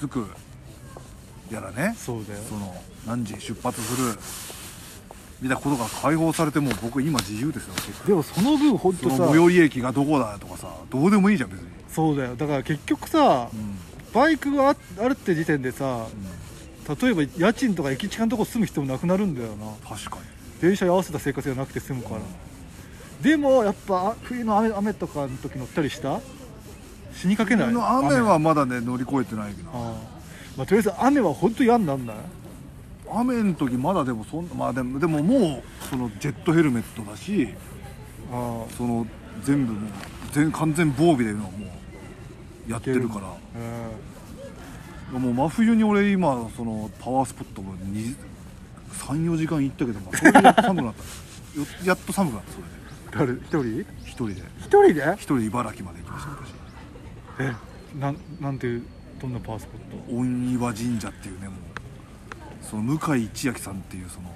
Speaker 1: 着くやらね
Speaker 2: そうだよ
Speaker 1: その何時出発するみたいなことが解放されてもう僕今自由ですよ結構
Speaker 2: でもその分本
Speaker 1: そ
Speaker 2: 当
Speaker 1: の
Speaker 2: さ
Speaker 1: 最寄り駅がどこだとかさどうでもいいじゃん別に、
Speaker 2: そうだよだから結局さ、
Speaker 1: うん
Speaker 2: バイクがああるって時点でさ、例えば家賃とか駅近のとこ住む必要もなくなるんだよな
Speaker 1: 確かに
Speaker 2: 電車に合わせた生活がなくて済むから、でもやっぱあ冬の雨雨とかの時乗ったりした死にかけない
Speaker 1: あの雨はまだね乗り越えてないけど
Speaker 2: ああまあ、とりあえず雨は本当嫌になんない
Speaker 1: 雨の時まだでもそんなまあでもでももうそのジェットヘルメットだし
Speaker 2: あ
Speaker 1: その全部もう全完全防備でもうやってるから
Speaker 2: あ、うん
Speaker 1: もう真冬に俺今そのパワースポットも34時間行ったけど、まあ、それでやっと寒くなったよやっと寒くなったそれで
Speaker 2: 誰一人
Speaker 1: 一人で
Speaker 2: 一人で
Speaker 1: 一人で茨城まで行きました私
Speaker 2: えなんなんていうどんなパワースポット
Speaker 1: 御庭神社っていうねもうその向井千秋さんっていうその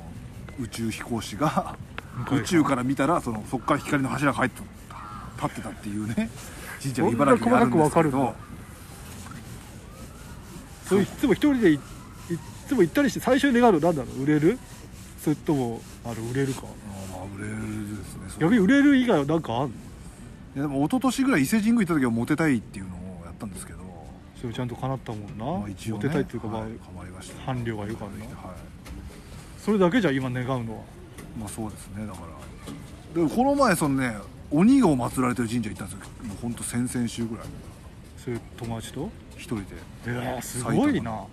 Speaker 1: 宇宙飛行士が [LAUGHS]
Speaker 2: 向井さん
Speaker 1: 宇宙から見たらそのそこから光の柱が入って立ってたっていうね神社が
Speaker 2: そんな
Speaker 1: 茨城にあるんですけ
Speaker 2: 細かくわ
Speaker 1: ど
Speaker 2: かそれいつも一人でいいつも行ったりして最初に願うの何だろう売れるそれともあれ売れるか
Speaker 1: あーまあ売れるですねそう
Speaker 2: 逆に売れる以外は何かあんの
Speaker 1: いやでも一昨年ぐらい伊勢神宮行った時はモテたいっていうのをやったんですけど、
Speaker 2: それちゃんと叶ったもんな、
Speaker 1: まあ、一応、
Speaker 2: モ
Speaker 1: ね、
Speaker 2: テたいっていうか、まあ
Speaker 1: はい変わりました
Speaker 2: 伴侶がいるからな
Speaker 1: はい
Speaker 2: それだけじゃ今願うのは
Speaker 1: まあそうですねだからでもこの前そのね鬼を祀られてる神社行ったんですよもうほんと先々週ぐらい
Speaker 2: それ友達と
Speaker 1: 一人で
Speaker 2: いやーすごいな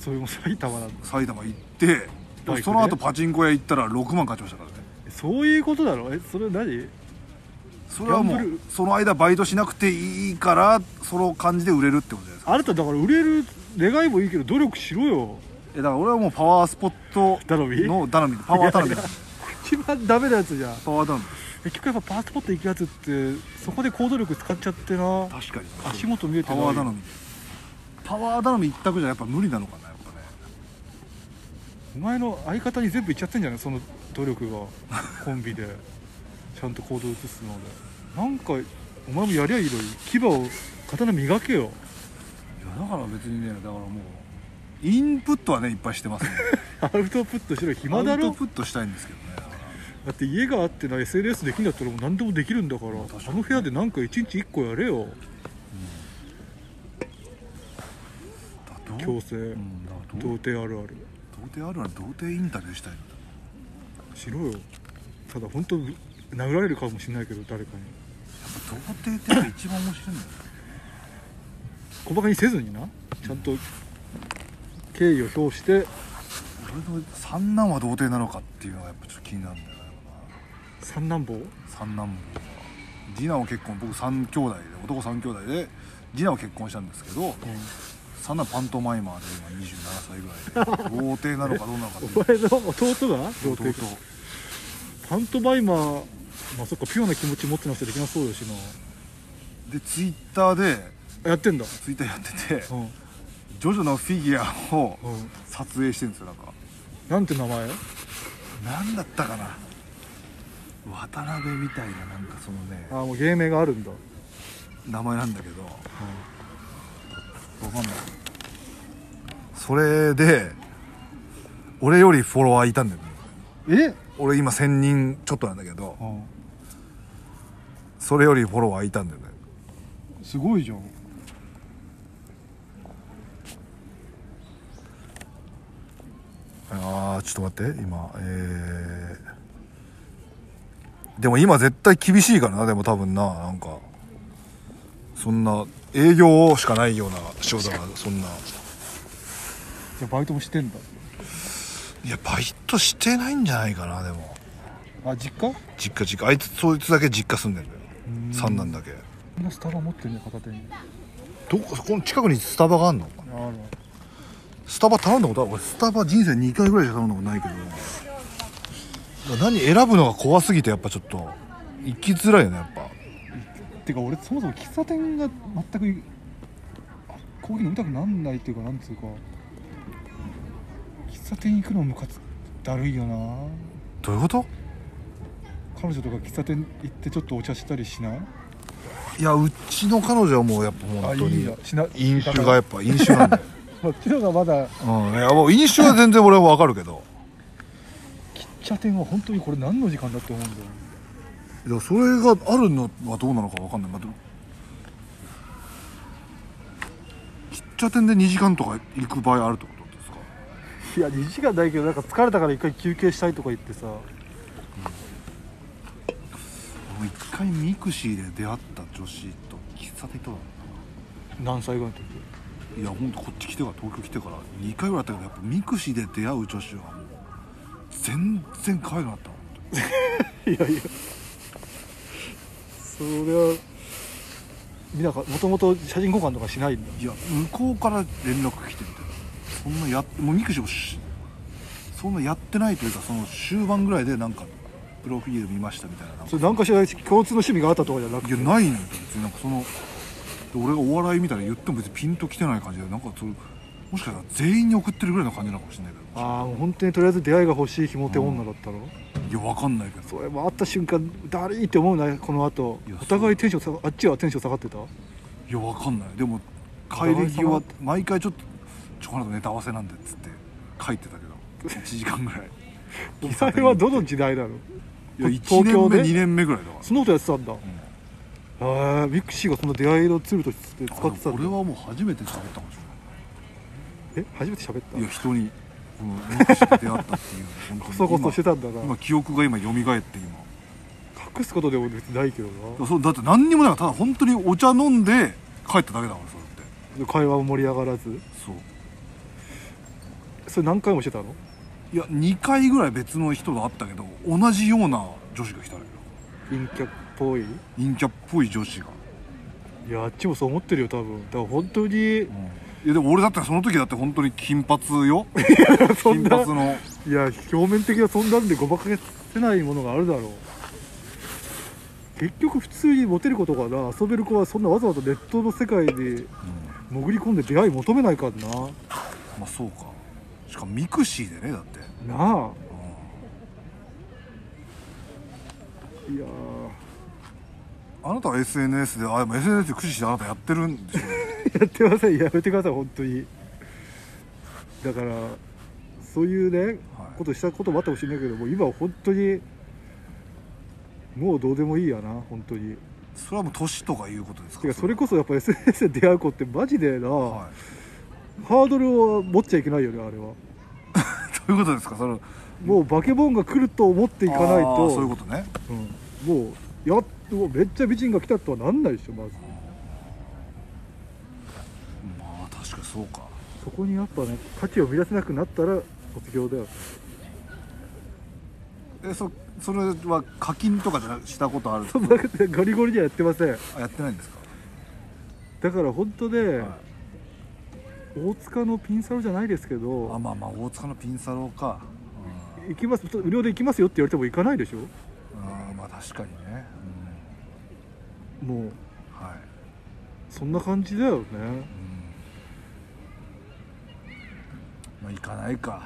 Speaker 2: それも埼玉なんだ
Speaker 1: 埼玉行って
Speaker 2: バイクで
Speaker 1: その後パチンコ屋行ったら6万勝ちましたからね
Speaker 2: そういうことだろえそれ何
Speaker 1: それはも
Speaker 2: ギャンブ
Speaker 1: う
Speaker 2: ル
Speaker 1: その間バイトしなくていいからその感じで売れるってことじゃないですか
Speaker 2: あなただから売れる願いもいいけど努力しろよ
Speaker 1: えだから俺はもうパワースポット
Speaker 2: 頼み
Speaker 1: の頼みパワー頼みなんで
Speaker 2: 一番ダメなやつじゃん
Speaker 1: パワー頼み
Speaker 2: 結局やっぱパワースポット行くやつってそこで行動力使っちゃってな
Speaker 1: 確かに
Speaker 2: 足元見えて
Speaker 1: パ
Speaker 2: ない
Speaker 1: ワー頼みパワー頼み一択じゃやっぱ無理なのかなやっぱね
Speaker 2: お前の相方に全部いっちゃってんじゃないその努 [LAUGHS] 力がコンビでちゃんと行動移すのでなんかお前もやりゃいいのに牙を刀磨けよ
Speaker 1: いやだから別にねだからもうインプットはねいっぱいしてますね
Speaker 2: アウトプットしろ暇だ
Speaker 1: アウ
Speaker 2: ろ
Speaker 1: トプットしたいんですけどね
Speaker 2: だって家があってな SNS できんだったらもう何でもできるんだから、
Speaker 1: 確か
Speaker 2: あ
Speaker 1: に
Speaker 2: の部屋でなんか一日一個やれよ
Speaker 1: だからどう
Speaker 2: 強制、
Speaker 1: うんだからど
Speaker 2: 童
Speaker 1: う
Speaker 2: 貞あるある
Speaker 1: 童貞あるある童貞インタビューしたい
Speaker 2: しろよただ本当殴られるかもしれないけど誰かに
Speaker 1: 童貞ってやっぱ一番面白いんだよ
Speaker 2: 小バカにせずになちゃんと敬意を表して
Speaker 1: 俺の三男は童貞なのかっていうのがやっぱちょっと気になるんだよな
Speaker 2: 三男坊
Speaker 1: 三男坊は次男は結婚僕三兄弟で男三兄弟で次男は結婚したんですけど三男パントマイマーで今27歳ぐらいで童貞なのかどうなのかっていう
Speaker 2: お前の弟が童
Speaker 1: 弟
Speaker 2: 貞かパントマイマーまあそっかピュアな気持ち持ってなくてできなそうだし
Speaker 1: でツイッターで
Speaker 2: なやってんだ
Speaker 1: ツイッターやってて
Speaker 2: うん、うん、
Speaker 1: ジョジョのフィギュアを撮影してるんですよなんか
Speaker 2: なんて名前
Speaker 1: 何だったかな渡辺みたいななんかそのね
Speaker 2: ああもう芸名があるんだ
Speaker 1: 名前なんだけど、わかんないそれで俺よりフォロワーいたんだよね
Speaker 2: え
Speaker 1: 俺今1000人ちょっとなんだけどそれよりフォロワーいたんだよね
Speaker 2: すごいじゃん
Speaker 1: ああちょっと待って今えーでも今絶対厳しいからなでも多分ななんかそんな営業しかないような仕事だからそんな
Speaker 2: じゃあバイトもしてんだ
Speaker 1: いやバイトしてないんじゃないかなでも
Speaker 2: あ実家
Speaker 1: 実家実家あいつそいつだけ実家住んでるのよ
Speaker 2: うん
Speaker 1: 三男だけ
Speaker 2: こんなスタバ持ってるね片手に
Speaker 1: どここの近くにスタバがあんの
Speaker 2: あら
Speaker 1: スタバ頼んだことある俺スタバ人生2回ぐらいしか頼んだことないけど何選ぶのが怖すぎてやっぱちょっと行きづらいよねやっぱ
Speaker 2: てか俺そもそも喫茶店が全くあコーヒー飲みたくなんないっていうかなんつうか喫茶店行くのもかつだるいよな
Speaker 1: どういうこと
Speaker 2: 彼女とか喫茶店行ってちょっとお茶したりしない
Speaker 1: いやうちの彼女はもうやっぱ
Speaker 2: あ
Speaker 1: 本当
Speaker 2: いい
Speaker 1: に
Speaker 2: やしな
Speaker 1: 飲酒がやっぱ飲酒 [LAUGHS] なんだよ、
Speaker 2: こっちの方がまだ
Speaker 1: うん、いやもう飲酒は全然俺は分かるけど
Speaker 2: 喫茶店は本当にこれ何の時間だって思うんだよ
Speaker 1: いやそれがあるのはどうなのか分かんない、まあ、でも喫茶店で2時間とか行く場合あるってことですか
Speaker 2: いや2時間ないけどなんか疲れたから一回休憩したいとか言ってさ
Speaker 1: 俺一回ミクシーで出会った女子と喫茶店行ったこ
Speaker 2: 何歳ぐらいの
Speaker 1: と
Speaker 2: 時
Speaker 1: あるないやほんとこっち来てから東京来てから2回ぐらいあったけどやっぱミクシーで出会う女子はもう全然可愛くなったの
Speaker 2: いやいやそりゃ見なかもともと写真交換とかしないんだ
Speaker 1: いや向こうから連絡来てみたいなそんなやっもうミクシーをしそんなやってないというかその終盤ぐらいでなんかプロフィール見ましたみたいななんか
Speaker 2: それ何かしら共通の趣味があったとかじゃな
Speaker 1: い
Speaker 2: くて
Speaker 1: やないのよ別になんかそので俺がお笑いみたいな言っても別にピンと来てない感じでなんかそれもしかしたら全員に送ってるぐらいの感じなのかもしれないけど
Speaker 2: ああもう本当にとりあえず出会いが欲しいひも手女だったの、
Speaker 1: いや、わかんないけど。
Speaker 2: それも会った瞬間だりーって思うなこの後
Speaker 1: いや
Speaker 2: お互いテンション下があっちはテンション下がってた
Speaker 1: いや、わかんない。でも、帰り際は、毎回ちょっと、ちょ、この後ネタ合わせなんで、っつって、書いてたけど、1時間
Speaker 2: [LAUGHS]
Speaker 1: ぐらい。
Speaker 2: それはどの時代なの
Speaker 1: いや、
Speaker 2: 東
Speaker 1: 1
Speaker 2: 京
Speaker 1: 年目、
Speaker 2: で
Speaker 1: 2年目ぐらいだから。
Speaker 2: そんなことやってたんだ、ああミクシーがその出会いのツールとして使ってた
Speaker 1: あ
Speaker 2: ん
Speaker 1: でも俺
Speaker 2: だ
Speaker 1: はもう初めて喋ったかもしれな
Speaker 2: え初めて喋った
Speaker 1: い。いや、人に、この、ミクシーで出会ったっていう、本当に
Speaker 2: [LAUGHS] こそこそしてたんだな
Speaker 1: 今、今記憶が今、蘇って、今。
Speaker 2: 隠すことでも別にないけど
Speaker 1: いやそうだって何にもないから、ただ本当にお茶飲んで、帰っただけだから、それって。
Speaker 2: な会話も盛り上がらず
Speaker 1: そう。
Speaker 2: それ何回もしてたの
Speaker 1: いや、2回ぐらい別の人と会ったけど、同じような女子が来たのよ。
Speaker 2: 陰キャっぽいい
Speaker 1: 陰キャっぽい女子が。
Speaker 2: やあっちもそう思ってるよ多分だから本当に
Speaker 1: いやでも俺だってその時だって本当に金髪よ
Speaker 2: [LAUGHS] そ
Speaker 1: 金
Speaker 2: んな
Speaker 1: 髪の
Speaker 2: いや表面的なそんなんでごまかせないものがあるだろう結局普通にモテることがな遊べる子はそんなわざわざネットの世界に潜り込んで出会い求めないからな
Speaker 1: まあそうかしかもミクシーでねだって
Speaker 2: なあいや
Speaker 1: あなたは SNS であでも SNS で駆使してあなたやってるんでしょ
Speaker 2: ー [LAUGHS] やってませんやめてください本当にだからそういうね、
Speaker 1: はい
Speaker 2: ことしたこともあったかもしれないけどもう今は本当にもうどうでもいいやな本当に
Speaker 1: それはもう年とかいうことですか
Speaker 2: てかそれこそやっぱ SNS で出会う子ってマジでな、
Speaker 1: そはい [LAUGHS]
Speaker 2: ハードルを持っちゃいけないよねあれは
Speaker 1: どういうことですかそれ行
Speaker 2: もうバケモンが来ると思っていかないと
Speaker 1: そういうことね
Speaker 2: うんもうやっとめっちゃ美人が来たとはなんないでしょまず
Speaker 1: まあ確かにそうか
Speaker 2: そこにやっぱね価値を見出せなくなったら卒業だよ
Speaker 1: えそそれは課金とかじゃしたことある
Speaker 2: そんなことゴリゴリにはやってません
Speaker 1: あやってないんですか、
Speaker 2: だから本当ね、
Speaker 1: はい
Speaker 2: 大塚のピンサロじゃないですけど
Speaker 1: あまあまあ大塚のピンサロか
Speaker 2: 行きます無料で行きますよって言われても行かないでしょ
Speaker 1: うんあーまあ確かにね、
Speaker 2: もう
Speaker 1: うん、はい、
Speaker 2: そんな感じだよね
Speaker 1: まあ行かないか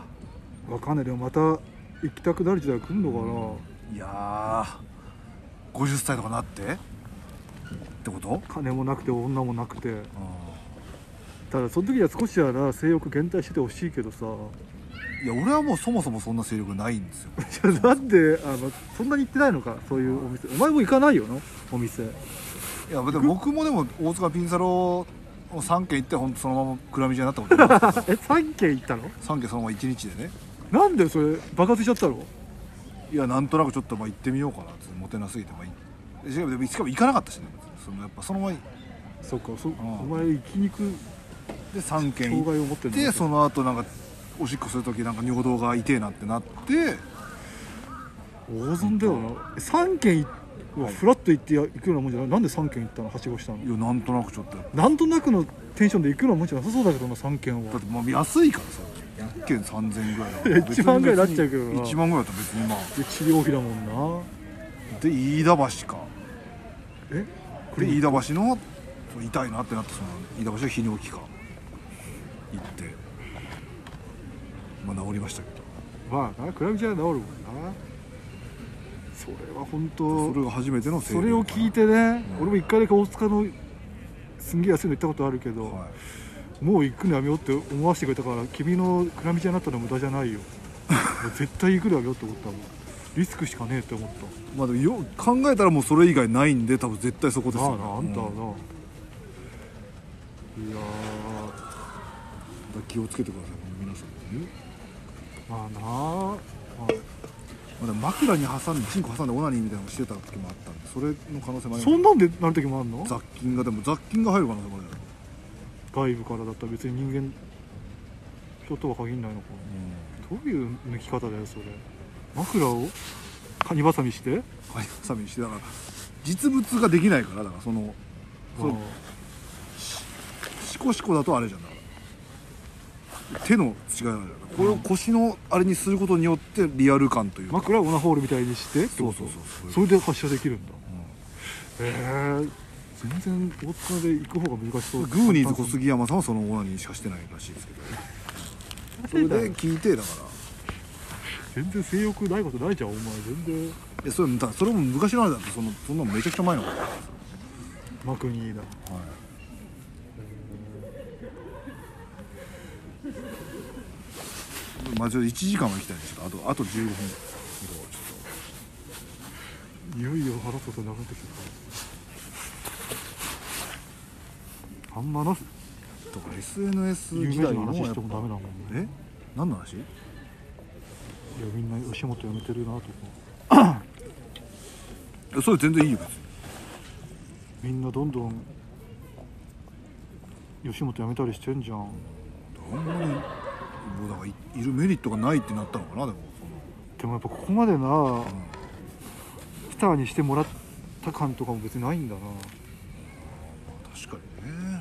Speaker 2: わかんないでもまた行きたくなる時代が来るのかな、
Speaker 1: いやー50歳とかなってってこと
Speaker 2: 金もなくて女もなくてただその時には少しはな性欲減退しててほしいけどさ [LAUGHS]
Speaker 1: いや俺はもうそもそもそんな勢力ないんですよ
Speaker 2: じゃあなんであのそんなに行ってないのかそういうお店お前も行かないよなお店
Speaker 1: いやでも僕もでも大塚ピンサロを3軒行ってほんとそのまま暗闇じゃなったことないです
Speaker 2: え3軒行ったの
Speaker 1: 3軒そのまま1日でね
Speaker 2: なんでそれ爆発しちゃったの
Speaker 1: いやなんとなくちょっとまあ行ってみようかなってモテなすぎてまあいしかもでもしかも行かなかったしね別にそのやっぱそのまま
Speaker 2: そっかそお
Speaker 1: ん
Speaker 2: 前生きにく
Speaker 1: で3軒
Speaker 2: 障害を
Speaker 1: 行
Speaker 2: 持
Speaker 1: っ
Speaker 2: って
Speaker 1: て
Speaker 2: んだ
Speaker 1: その後なんかおしっこする時なんか尿道が痛えなってなって
Speaker 2: 大損だよな3軒い
Speaker 1: はい
Speaker 2: フラッと行ってや行くようなもんじゃないなんで3軒行ったのはしごしたの
Speaker 1: いやなんとなくちょっとだ
Speaker 2: なんとなくのテンションで行くようなもんじゃなさそうだけどな3軒は
Speaker 1: ってもう安いからさ1軒3000円ぐらいだから
Speaker 2: いや1万ぐらいになっちゃうけどな
Speaker 1: 1万ぐらいだと別にまあ
Speaker 2: で治療費だもんな
Speaker 1: で飯田橋か
Speaker 2: え
Speaker 1: で飯田橋のそう痛いなってなってその飯田橋の泌尿器科行ってまあ治りましたけど
Speaker 2: まあなクラブじゃ治るもんなそれは本当
Speaker 1: それが初めての
Speaker 2: それを聞いてね、俺も一回だけ大塚のすんげえ安いの行ったことあるけど、
Speaker 1: はい
Speaker 2: もう行くのやめようって思わせてくれたから君のクラミちゃになったのは無駄じゃないよもう絶対行くのやめようって思ったもんリスクしかねえって思っ
Speaker 1: まあ、でもよ考えたらもうそれ以外ないんで多分絶対そこで
Speaker 2: た
Speaker 1: す
Speaker 2: なあ
Speaker 1: よ、
Speaker 2: なああんたは
Speaker 1: う
Speaker 2: な、
Speaker 1: だか
Speaker 2: いや
Speaker 1: ら気をつけてください皆さん、ね
Speaker 2: ーまあなあ、ま
Speaker 1: まあ、でも枕に挟んでチンコ挟んでオナニーみたいなのをしてた時もあったんでそれの可能性も
Speaker 2: あ
Speaker 1: あり
Speaker 2: そ
Speaker 1: ます
Speaker 2: んなんでなる時もあんの
Speaker 1: 雑菌がでも雑菌が入る可能性もあるじゃない
Speaker 2: 外部からだったら別に人間人とは限らないのかなどういう抜き方だよそれ枕をカニバサミして
Speaker 1: カニ挟みにしてだから実物ができないからだからそのそう
Speaker 2: あ
Speaker 1: シコシコだとあれじゃんだから手の違いあるじゃんこれを腰のあれにすることによってリアル感というか、
Speaker 2: 枕をオナホールみたいにしてって
Speaker 1: そ
Speaker 2: こ
Speaker 1: うそ
Speaker 2: と
Speaker 1: うそう
Speaker 2: そ
Speaker 1: そう
Speaker 2: れで発射できるんだ、へえ全然大塚で行く方が難しそう
Speaker 1: グーニーズ小杉山さんはそのオナニーしかしてないらしいですけどそれで聞いてだから
Speaker 2: 全然性欲ないことないじゃんお前全然
Speaker 1: いやそれだからそれも昔の話だとそのそんなのめちゃくちゃ前のことだか
Speaker 2: マクニーだ
Speaker 1: ら、はい、まあちょっと1時間は行きたいですけどあとあと15分ちょっ
Speaker 2: いよいよ話すことなくなってきたあんまな
Speaker 1: とだから SNS
Speaker 2: 有名
Speaker 1: 時
Speaker 2: 人
Speaker 1: 代
Speaker 2: の
Speaker 1: の
Speaker 2: 話
Speaker 1: や
Speaker 2: し
Speaker 1: ってぱ
Speaker 2: もダメだもんね
Speaker 1: え何の話
Speaker 2: いやみんな吉本辞めてるなとか
Speaker 1: えそれ全然いいよ別に
Speaker 2: みんなどんどん吉本辞めたりしてんじゃん
Speaker 1: あんまりもうだからいいるメリットがないってなったのかなでも
Speaker 2: でもやっぱここまでな、スターにしてもらった感とかも別にないんだな
Speaker 1: その確かにね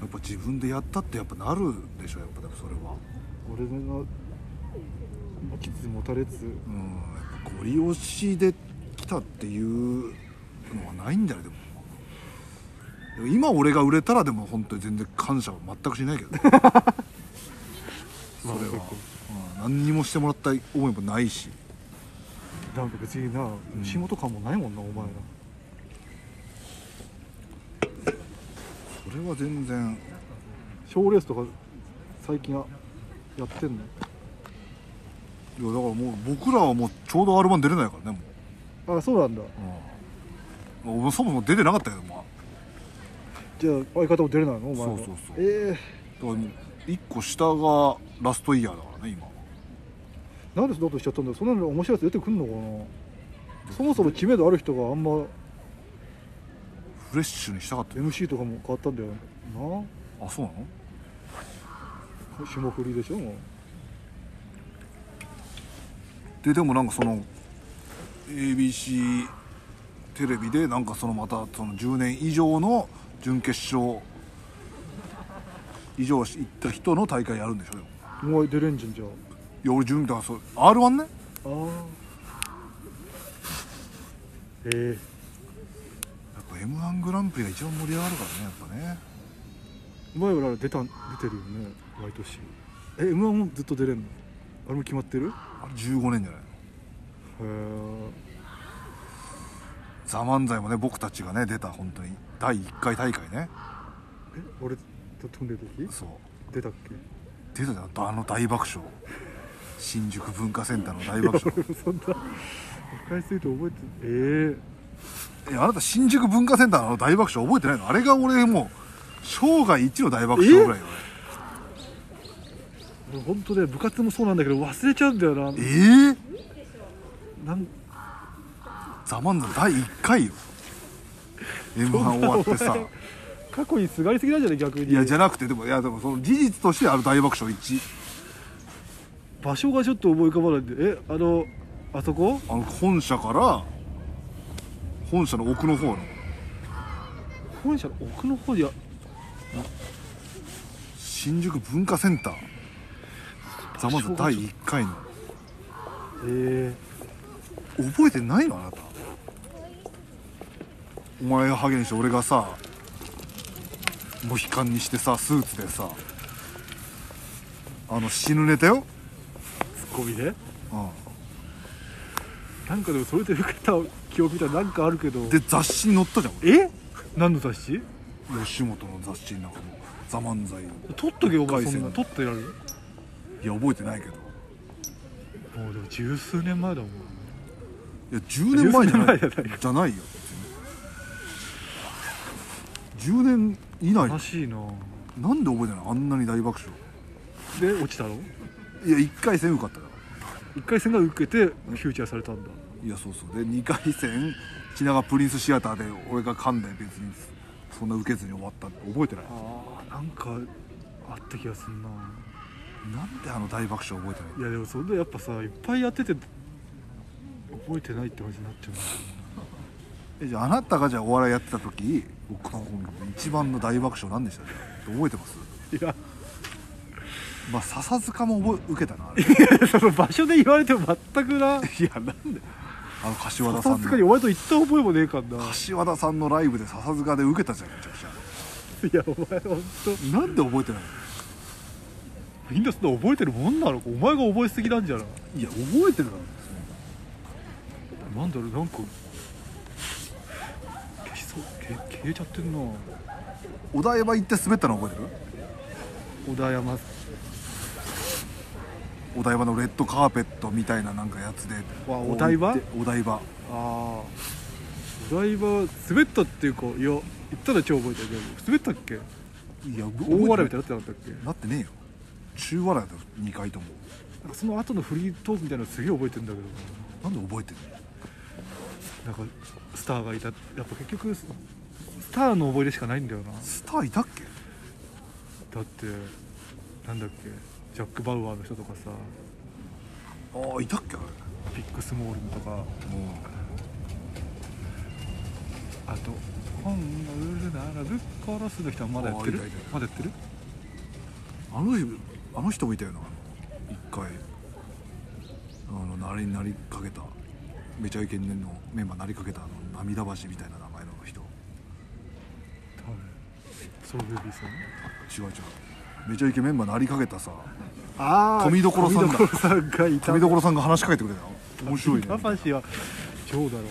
Speaker 1: やっぱ自分でやったってやっぱなるでしょやっぱでもそれは
Speaker 2: 俺が持ちつ持たれつ
Speaker 1: うんやっぱご利用しで来たっていうのはないんだよでもでも今俺が売れたらでも本当に全然感謝は全くしないけどそれは、うん、何にもしてもらった思いもないし
Speaker 2: なんか別にな仕事感もないもんな、お前ら
Speaker 1: それは全然
Speaker 2: 賞レースとか最近ややってんの
Speaker 1: いやだからもう僕らはもうちょうど r 1出れないからねも
Speaker 2: あそうなんだ
Speaker 1: う、まあ俺そもそも出てなかったけどまあ
Speaker 2: じゃあ相方も出れないのお前ら
Speaker 1: そうそうそう
Speaker 2: え
Speaker 1: だからもう1個下がラストイヤーだからね今
Speaker 2: えなんでそんなことしちゃったんだよそんなの面白いやつ出てくんのかなそもそも知名度ある人があんま
Speaker 1: フレッシュにしたかったよ
Speaker 2: MC とかも変わったんだよな
Speaker 1: あそうなの
Speaker 2: 霜降りでしょもう
Speaker 1: ででもなんかその ABC テレビでなんかそのまたその10年以上の準決勝以上行った人の大会やるんでしょでも
Speaker 2: もう出れんじゃんじゃあ
Speaker 1: いや俺準だからそう r 1ね
Speaker 2: ああえ
Speaker 1: やっぱ m 1グランプリが一番盛り上がるからねやっぱね
Speaker 2: え前は出た出てるよね毎年え m 1もずっと出れんのあれも決まってるへ
Speaker 1: あれ15年じゃないの
Speaker 2: え
Speaker 1: 「ザ漫才もね僕たちがね出た本当に第1回大会ね
Speaker 2: え俺と飛んでる時
Speaker 1: そう
Speaker 2: 出たっけ
Speaker 1: 出たじゃんあの大爆笑新宿文化センターの大爆笑
Speaker 2: そんな [LAUGHS] 回数と覚えてええ
Speaker 1: えあなた新宿文化センターの大爆笑覚えてないのあれが俺もう生涯一の大爆笑ぐらいよ
Speaker 2: 俺本当ね部活もそうなんだけど忘れちゃうんだよな
Speaker 1: 俺ええ
Speaker 2: なん
Speaker 1: ザ漫才第1回よ m
Speaker 2: [LAUGHS]
Speaker 1: 1終わってさ
Speaker 2: 過去にすがりすぎなんじゃない逆に
Speaker 1: いやじゃなくてでもいやでもその事実としてある大爆笑1
Speaker 2: 場所がちょっと思い浮かばないんでえあのあそこ
Speaker 1: あの本社から本社の奥の方の
Speaker 2: 本社の奥の方にあ
Speaker 1: 新宿文化センターザまず第1回の
Speaker 2: え
Speaker 1: 覚えてないのあなたお前がハゲにして俺がさモヒカンにしてさスーツでさあの死ぬネタよ、
Speaker 2: えツッコミね
Speaker 1: う
Speaker 2: なんかでもそれで受けた記憶みたいななんかあるけど
Speaker 1: ん、で雑誌に載ったじゃん
Speaker 2: え何の雑誌
Speaker 1: 俺吉本の雑誌になんかもう「ザ漫才」い
Speaker 2: 取っとけよお前
Speaker 1: 一回
Speaker 2: そ
Speaker 1: 戦
Speaker 2: んな取ってやる
Speaker 1: や覚えてないけど
Speaker 2: もうでも十数年前だもん
Speaker 1: いや10年前じゃない
Speaker 2: 10年前じゃない
Speaker 1: じゃないよ10年以内
Speaker 2: 悲しいな
Speaker 1: なんで覚えてないあんなに大爆笑
Speaker 2: で落ちたの
Speaker 1: いや1回戦受かったから
Speaker 2: 1回戦が受けてフューチャーされたんだ
Speaker 1: いやそうそうで2回戦品川プリンスシアターで俺が噛んで別にそんな受けずに終わったって覚えてない
Speaker 2: あーなんかあった気がすんな
Speaker 1: なんであの大爆笑覚えてない
Speaker 2: いやでもそんなやっぱさいっぱいやってて覚えてないって感じになっちゃう
Speaker 1: えじゃああなたがじゃあお笑いやってた時僕の一番の大爆笑何でしたっけ覚えてます
Speaker 2: いや
Speaker 1: まあ笹塚も覚え受けたなあれい
Speaker 2: その場所で言われても全くな
Speaker 1: やなんであの柏田さ
Speaker 2: さ
Speaker 1: ん
Speaker 2: すがに
Speaker 1: の
Speaker 2: お前と行った覚えもねえかんない
Speaker 1: 柏田さんのライブで笹塚で受けたじゃんめちゃくちゃ
Speaker 2: やお前ほんと
Speaker 1: なんで覚えてない
Speaker 2: みんなそんな覚えてるもんなのかお前が覚えすぎなんじゃない
Speaker 1: のいや覚えてるだろ
Speaker 2: なんだろうなんか消しそう消消えちゃってんな
Speaker 1: お台場行って滑ったの覚えてる
Speaker 2: 小田山
Speaker 1: お台場のレッドカーペットみたいななんかやつで
Speaker 2: わお台場
Speaker 1: お台場
Speaker 2: ああお台場滑ったっていうかいや行ったら超覚えてるけど滑ったっけ
Speaker 1: いや
Speaker 2: 大笑いみた
Speaker 1: な
Speaker 2: いになってなかったっけ
Speaker 1: なってねえよ中笑いだよ2回とも
Speaker 2: なんかその後のフリートークみたいなのすげえ覚えてんだけど
Speaker 1: なんで覚えてる
Speaker 2: なんかスターがいたやっぱ結局ススターの思い出しかないんだよな
Speaker 1: スターいたっけ
Speaker 2: だってなんだっけジャック・バウアーの人とかさ
Speaker 1: ああいたっけあれ
Speaker 2: ビッグ・スモールンとか
Speaker 1: も
Speaker 2: あと「本が売るならぶっ殺す」の人はまだやってる
Speaker 1: あいたいたいた
Speaker 2: まだやってる
Speaker 1: うあの人あの人もいたよな一回あのなりなりかけためちゃイケンのメンバーなりかけたあの涙橋みたいな名前の人
Speaker 2: 多分ソロベビーさん
Speaker 1: 違う違うめちゃイケメンバーなりかけたさ
Speaker 2: あ
Speaker 1: ー富所さんだ
Speaker 2: 富所さんがいた
Speaker 1: 富所さんが話しかけてくれたよ面白いね
Speaker 2: パパ氏は超だろ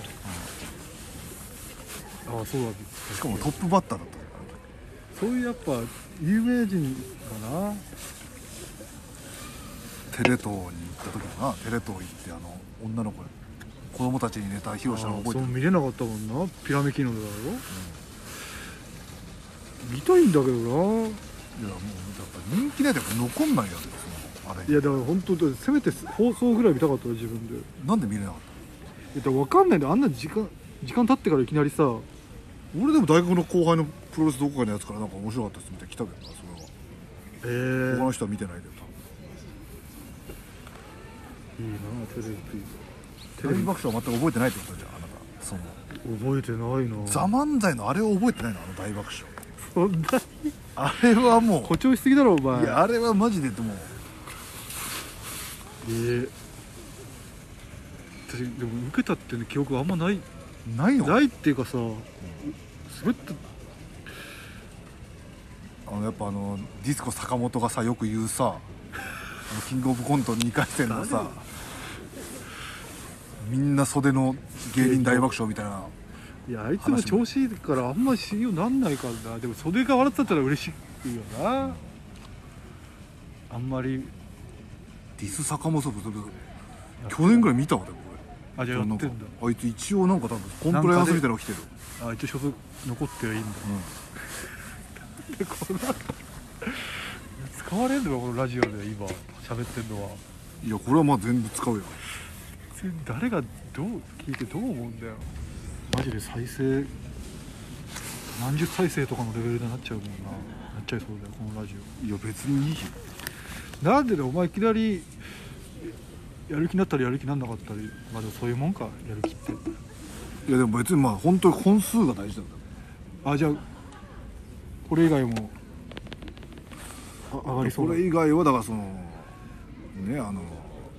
Speaker 2: ああそうだ
Speaker 1: しかもトップバッターだったよ
Speaker 2: そういうやっぱ有名人かな
Speaker 1: テレ東に行った時かなテレ東行ってあの女の子子供たちにネタ披露したの覚え
Speaker 2: あ
Speaker 1: て
Speaker 2: ーそ
Speaker 1: る
Speaker 2: う見れなかったもんなピラミキノだろ、見たいんだけどない
Speaker 1: やもうやっぱ人気ないとやっぱ残んないやつですもんあれ
Speaker 2: いやだから本当だせめて放送ぐらい見たかったわ自分でい
Speaker 1: なんで見れなかっ
Speaker 2: やだから分かんないんだよあんな時間時間経ってからいきなりさ
Speaker 1: 俺でも大学の後輩のプロレス同好会のやつからなんか面白かったですみたいに来たけどなそれは
Speaker 2: え
Speaker 1: 他
Speaker 2: ー、
Speaker 1: の人は見てないけど多分
Speaker 2: いいなテレビ
Speaker 1: テレビ爆笑は全く覚えてないってことじゃんあなたその
Speaker 2: 覚えてないな
Speaker 1: ザ漫才のあれを覚えてないのあの大爆笑
Speaker 2: そんな
Speaker 1: あれはも
Speaker 2: 誇張しすぎだろお
Speaker 1: う
Speaker 2: 前
Speaker 1: いやあれはマジででも
Speaker 2: えー私でも受けたっていう記憶があんまない
Speaker 1: ないの
Speaker 2: ないっていうかさ滑った
Speaker 1: あのやっぱあのディスコ坂本がさよく言うさあのキングオブコント2回戦のさみんな袖の芸人大爆笑みたいない
Speaker 2: やあいつも調子いいからあんまり信用なんないからなでも袖が笑ってたら嬉しいよなあんまり
Speaker 1: ディス坂本それ去年ぐらい見たわでも
Speaker 2: あじ
Speaker 1: 俺
Speaker 2: ゃあやって
Speaker 1: な
Speaker 2: んだ
Speaker 1: かあいつ一応なんか多分コンプライアンスみたいなのが来てる
Speaker 2: あ一応所属残ってはいいんだ [LAUGHS] 使われるのかこのラジオで今喋ってんのはい
Speaker 1: やこれはまあ全部使うよ
Speaker 2: 誰がどう聞いてどう思うんだよマジで再生何十再生とかのレベルでなっちゃうもんななっちゃいそうだよこのラジ
Speaker 1: いや別にいいよ
Speaker 2: オなんでだよお前いきなりやる気になったりやる気になんなかったりまあでもそういうもんかやる気って
Speaker 1: いやでも別にまあ本当に本数が大事なんだよ
Speaker 2: あじゃあこれ以外もあ上がりそう
Speaker 1: こ
Speaker 2: だ
Speaker 1: れ以外はだからそのねあの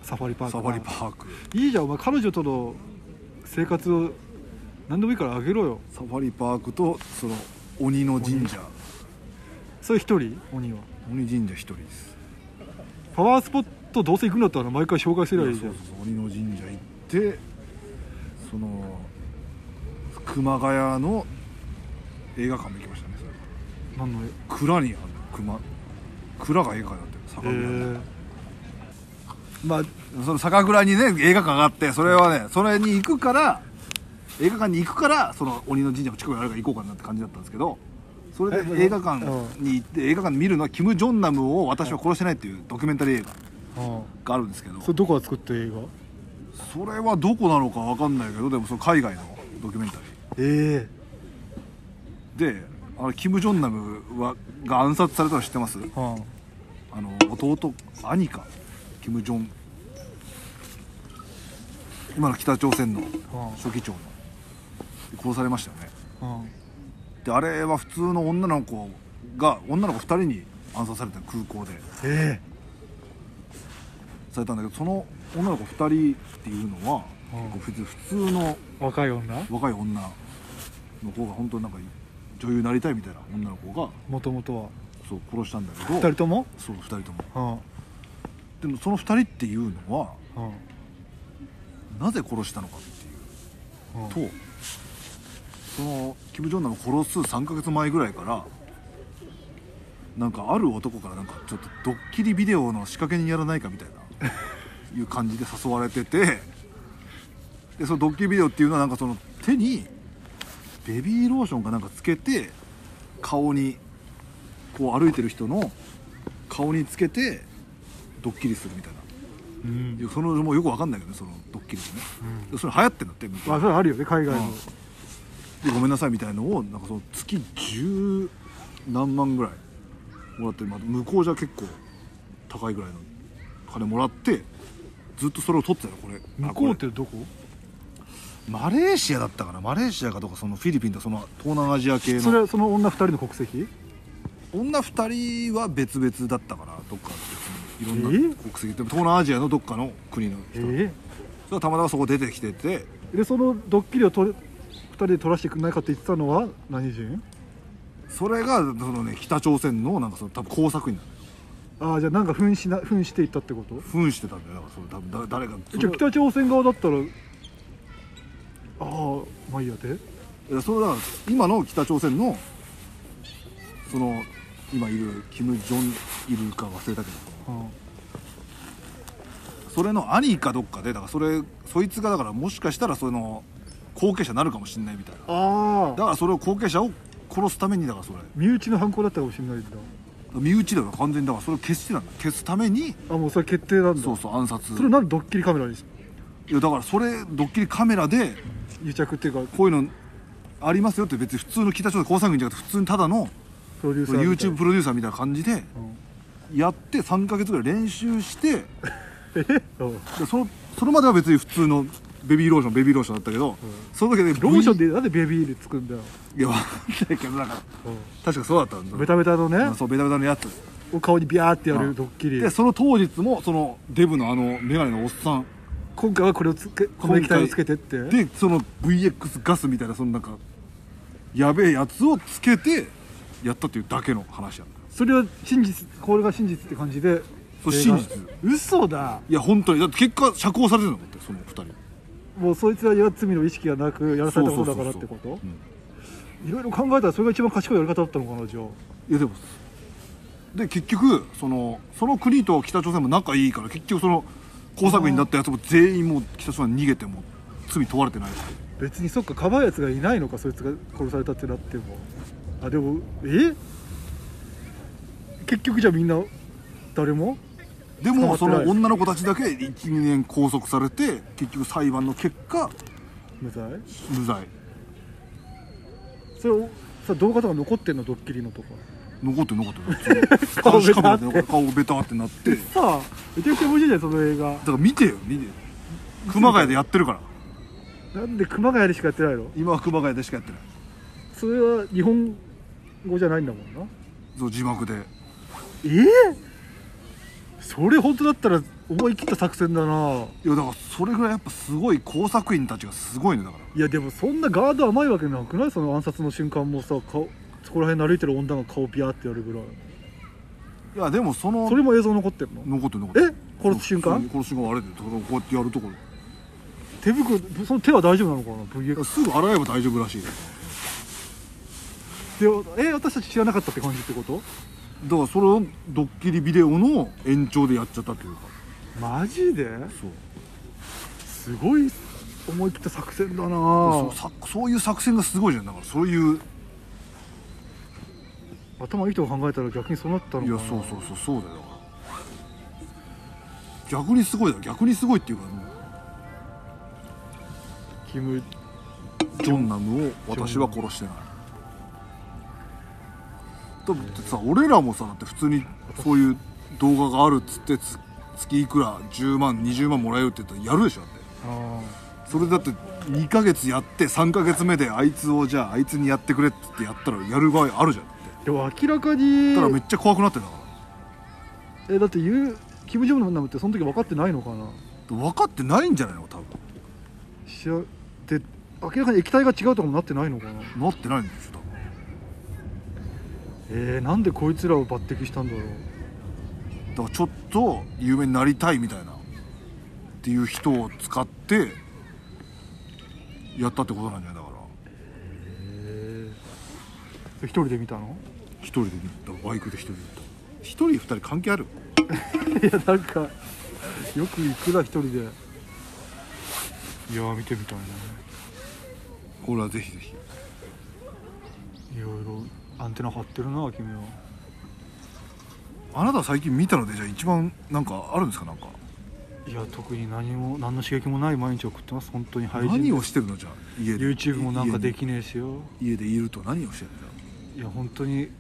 Speaker 2: サファリパーク
Speaker 1: サファリパーク
Speaker 2: いいじゃんお前彼女との生活を何でもいいからあげろよ
Speaker 1: サファリパークとその鬼の神社
Speaker 2: それ一人鬼は
Speaker 1: 鬼神社一人です
Speaker 2: パワースポットどうせ行くんだったら毎回紹介す
Speaker 1: い
Speaker 2: れ
Speaker 1: や
Speaker 2: ば
Speaker 1: そ
Speaker 2: い
Speaker 1: そ
Speaker 2: ういじゃ
Speaker 1: うんそう鬼の神社行ってその熊谷の映画館も行きましたねそれ
Speaker 2: 何の絵
Speaker 1: 蔵にある熊蔵が映画館になってる酒
Speaker 2: え
Speaker 1: 蔵に、
Speaker 2: ー、まあ
Speaker 1: その酒蔵にね映画館があってそれはねそれに行くから映画館に行くからその鬼の神社の近くにあるから行こうかなって感じだったんですけどそれで
Speaker 2: え
Speaker 1: 映画館に行って映画館で見るのはキム・ジョンナムを私は殺してないっていうドキュメンタリー映画
Speaker 2: あ
Speaker 1: があるんですけど
Speaker 2: あそれどこが作った映画
Speaker 1: それはどこなのかわかんないけどでもその海外のドキュメンタリ
Speaker 2: え
Speaker 1: ーであのキム・ジョンナムはが暗殺されたの知ってます
Speaker 2: えは
Speaker 1: あの弟兄かキム・ジョン今の北朝鮮の
Speaker 2: あは
Speaker 1: 書記長の殺されましたよね
Speaker 2: あは
Speaker 1: であれは普通の女の子が女の子2人に暗殺されたの空港で
Speaker 2: あえ
Speaker 1: されたんだけどその女の子2人っていうのは
Speaker 2: うん
Speaker 1: 結構普通普通の
Speaker 2: え若い女
Speaker 1: 若い女の子が本当になんか女優になりたいみたいな女の子が
Speaker 2: もともとは
Speaker 1: そう殺したんだけ
Speaker 2: 二
Speaker 1: ど
Speaker 2: 人とも
Speaker 1: そう2人とも
Speaker 2: は
Speaker 1: でもその2人っていうのは
Speaker 2: あは
Speaker 1: なぜ殺したのかっていう
Speaker 2: あはあ
Speaker 1: とそのキム・ジョンナムを殺す3ヶ月前ぐらいからなんかある男からなんかちょっとドッキリビデオの仕掛けにやらないかみたいないう感じで誘われててでそのドッキリビデオっていうのはなんかその手にベビーローションかなんかつけて顔にこう歩いてる人の顔につけてドッキリするみたいな
Speaker 2: うん
Speaker 1: いやそのもうよくわかんないけどねそのドッキリでね、でそれ流行ってんだって
Speaker 2: まあそれあるよね海外の、
Speaker 1: うんでごめんなさいみたいのをなんかその月十何万ぐらいもらって、まあ、向こうじゃ結構高いぐらいの金もらってずっとそれを取ってたよこれ
Speaker 2: 向こうっ
Speaker 1: あこ
Speaker 2: てどこ
Speaker 1: れマレーシアだったかなマレーシアかとかそのフィリピンとその東南アジア系
Speaker 2: それ
Speaker 1: の
Speaker 2: はその女二人の国籍
Speaker 1: 女2人は別々だったからどっか別にいろん
Speaker 2: え
Speaker 1: な国籍でも東南アジアのどっかの国の人、
Speaker 2: え
Speaker 1: それはたまたまそこ出てきてて
Speaker 2: えでそのドッキリをとれ二人で撮らせてくれないかって言ってたのは何人
Speaker 1: それがその、ね、北朝鮮のなんかその多分工作員なんだよ
Speaker 2: ああじゃあなんか扮しな扮していったってこと
Speaker 1: 扮してたんだよだからそれ多分だ誰かそ
Speaker 2: じ
Speaker 1: れ
Speaker 2: ゃあ北朝鮮側だったらああまあいいやで
Speaker 1: いやそれだから今の北朝鮮のその今いるキム・ジョンいるか忘れたけど
Speaker 2: うん
Speaker 1: それの兄かどっかでだからそれそいつがだからもしかしたらその後継者になるかもしれないみたいな
Speaker 2: あ
Speaker 1: だからそれを後継者を殺すためにだからそれ
Speaker 2: 身内の犯行だったかもしれないんだ
Speaker 1: 身内だから完全にだからそれを消してたんだ消すために
Speaker 2: あもうそれ決定なんだ
Speaker 1: そうそう暗殺
Speaker 2: それなんでドッキリカメラに
Speaker 1: いやだからそれドッキリカメラで
Speaker 2: 癒着っていうか
Speaker 1: こういうのありますよって別に普通の北朝鮮工作員じゃなくて普通にただの
Speaker 2: プロデューサーみたい
Speaker 1: YouTube プロデューサーみたいな感じでやって3ヶ月ぐらい練習して
Speaker 2: うんうん
Speaker 1: でそのそれまでは別に普通のベビーローションベビーローションだったけど、その時で
Speaker 2: ローション
Speaker 1: で
Speaker 2: でなんでベビール作るんだよ、
Speaker 1: いやわかんないけどだから
Speaker 2: う
Speaker 1: 確かそうだったんだ
Speaker 2: ん、ベタベタのね
Speaker 1: そうベタベタのやつ
Speaker 2: を顔にビャーってや
Speaker 1: うん
Speaker 2: るドッキリ
Speaker 1: でその当日もそのデブのあの眼鏡のおっさん
Speaker 2: 今回はこれをつけこの液体をつけてって
Speaker 1: でその VX ガスみたいなそのなんかやべえやつをつけてやったっていうだけの話やった
Speaker 2: それは真実これが真実って感じで
Speaker 1: そう
Speaker 2: 映画
Speaker 1: 真実
Speaker 2: 嘘だ
Speaker 1: いや本当にだって結果釈放されてるのだってその2人
Speaker 2: もうそいつはや罪の意識がなくやらされたことだからっ
Speaker 1: そう
Speaker 2: て
Speaker 1: そうそう
Speaker 2: こと
Speaker 1: うん
Speaker 2: いろいろ考えたらそれが一番賢いやり方だったのかなじゃあ
Speaker 1: いやでもで結局そのその国と北朝鮮も仲いいから結局その工作員だったやつも全員もう北朝鮮に逃げても罪問われてないし
Speaker 2: 別にそっかかばうやつがいないのかそいつが殺されたってなってもあでもえ結局じゃあみんな誰も
Speaker 1: で
Speaker 2: 捕ま
Speaker 1: も
Speaker 2: って
Speaker 1: そ
Speaker 2: ない
Speaker 1: の女の子たちだけ12年拘束されて結局裁判の結果
Speaker 2: 無罪
Speaker 1: 無罪
Speaker 2: それをさ動画とか残ってんのドッキリのとか
Speaker 1: 残ってる残って
Speaker 2: [LAUGHS]
Speaker 1: る
Speaker 2: 顔
Speaker 1: 顔
Speaker 2: ベ
Speaker 1: し
Speaker 2: タ
Speaker 1: か
Speaker 2: って
Speaker 1: もね顔ベタってなってだか
Speaker 2: さあめちゃくちゃ面白いじゃんその映画
Speaker 1: ら見てよ見てよ熊谷でやってるから
Speaker 2: なんで熊谷でしかやってないの
Speaker 1: 今は熊谷でしかやってない
Speaker 2: それは日本語じゃないんだもんな
Speaker 1: そう字幕で
Speaker 2: ええそれ本当だったら思い切った作戦だない
Speaker 1: やだからそれぐらいやっぱすごい工作員たちがすごいねだから
Speaker 2: いやでもそんなガード甘いわけなくないその暗殺の瞬間もさ顔そこら辺に歩いてる女が顔ビャーってやるぐらい
Speaker 1: いやでもその
Speaker 2: それも映像残ってるの
Speaker 1: 残ってる残ってる
Speaker 2: え殺す瞬間
Speaker 1: この瞬間あれでこうやってやるとこ
Speaker 2: 手袋その手は大丈夫なのかな VX
Speaker 1: ろすぐ洗えば大丈夫らしいよ
Speaker 2: でえ私たち知らなかったって感じってこと
Speaker 1: だからそれをドッキリビデオの延長でやっちゃったっていうか
Speaker 2: マジで
Speaker 1: そう
Speaker 2: すごい思い切った作戦だな
Speaker 1: そうさそういう作戦がすごいじゃんだからそういう
Speaker 2: 頭いい人が考えたら逆にそうなったのかない
Speaker 1: やそうそうそうそうだよ逆にすごいだろ逆にすごいっていうかもう
Speaker 2: キム
Speaker 1: ジョンナムを私は殺してないだってさ俺らもさだって普通にそういう動画があるっつってつ月いくら10万20万もらえるって言ったらやるでしょだって
Speaker 2: あ
Speaker 1: それだって2ヶ月やって3ヶ月目であいつをじゃああいつにやってくれって言ってやったらやる場合あるじゃんって
Speaker 2: ーでも明らかに
Speaker 1: ただめっちゃ怖くなってんだか
Speaker 2: えだって言うキム・ジョンナムってその時分かってないのかな
Speaker 1: ら分かってないんじゃないの多分
Speaker 2: しあで明らかに液体が違うとかもなってないのかな
Speaker 1: なってないんでしょ多分
Speaker 2: えー、なんでこいつらを抜擢したんだろう
Speaker 1: だからちょっと有名になりたいみたいなっていう人を使ってやったってことなんじゃないだから
Speaker 2: 一人で見たの
Speaker 1: 一人で行ったバイクで一人で行った一人二人関係ある
Speaker 2: いやなんかよく行くな一人でいやー見てみたいな
Speaker 1: これはぜひぜひ
Speaker 2: いろいろアンテナ張ってるな君は
Speaker 1: あなた最近見たのでじゃあ一番なんかあるんですかなんか
Speaker 2: いや特に何も何の刺激もない毎日を送ってます本当に配
Speaker 1: 何
Speaker 2: 信
Speaker 1: をしてるのじゃあ家で
Speaker 2: YouTube もなんかで
Speaker 1: る
Speaker 2: きねえしよ
Speaker 1: 家でいると何をしてるんだ
Speaker 2: いや本当に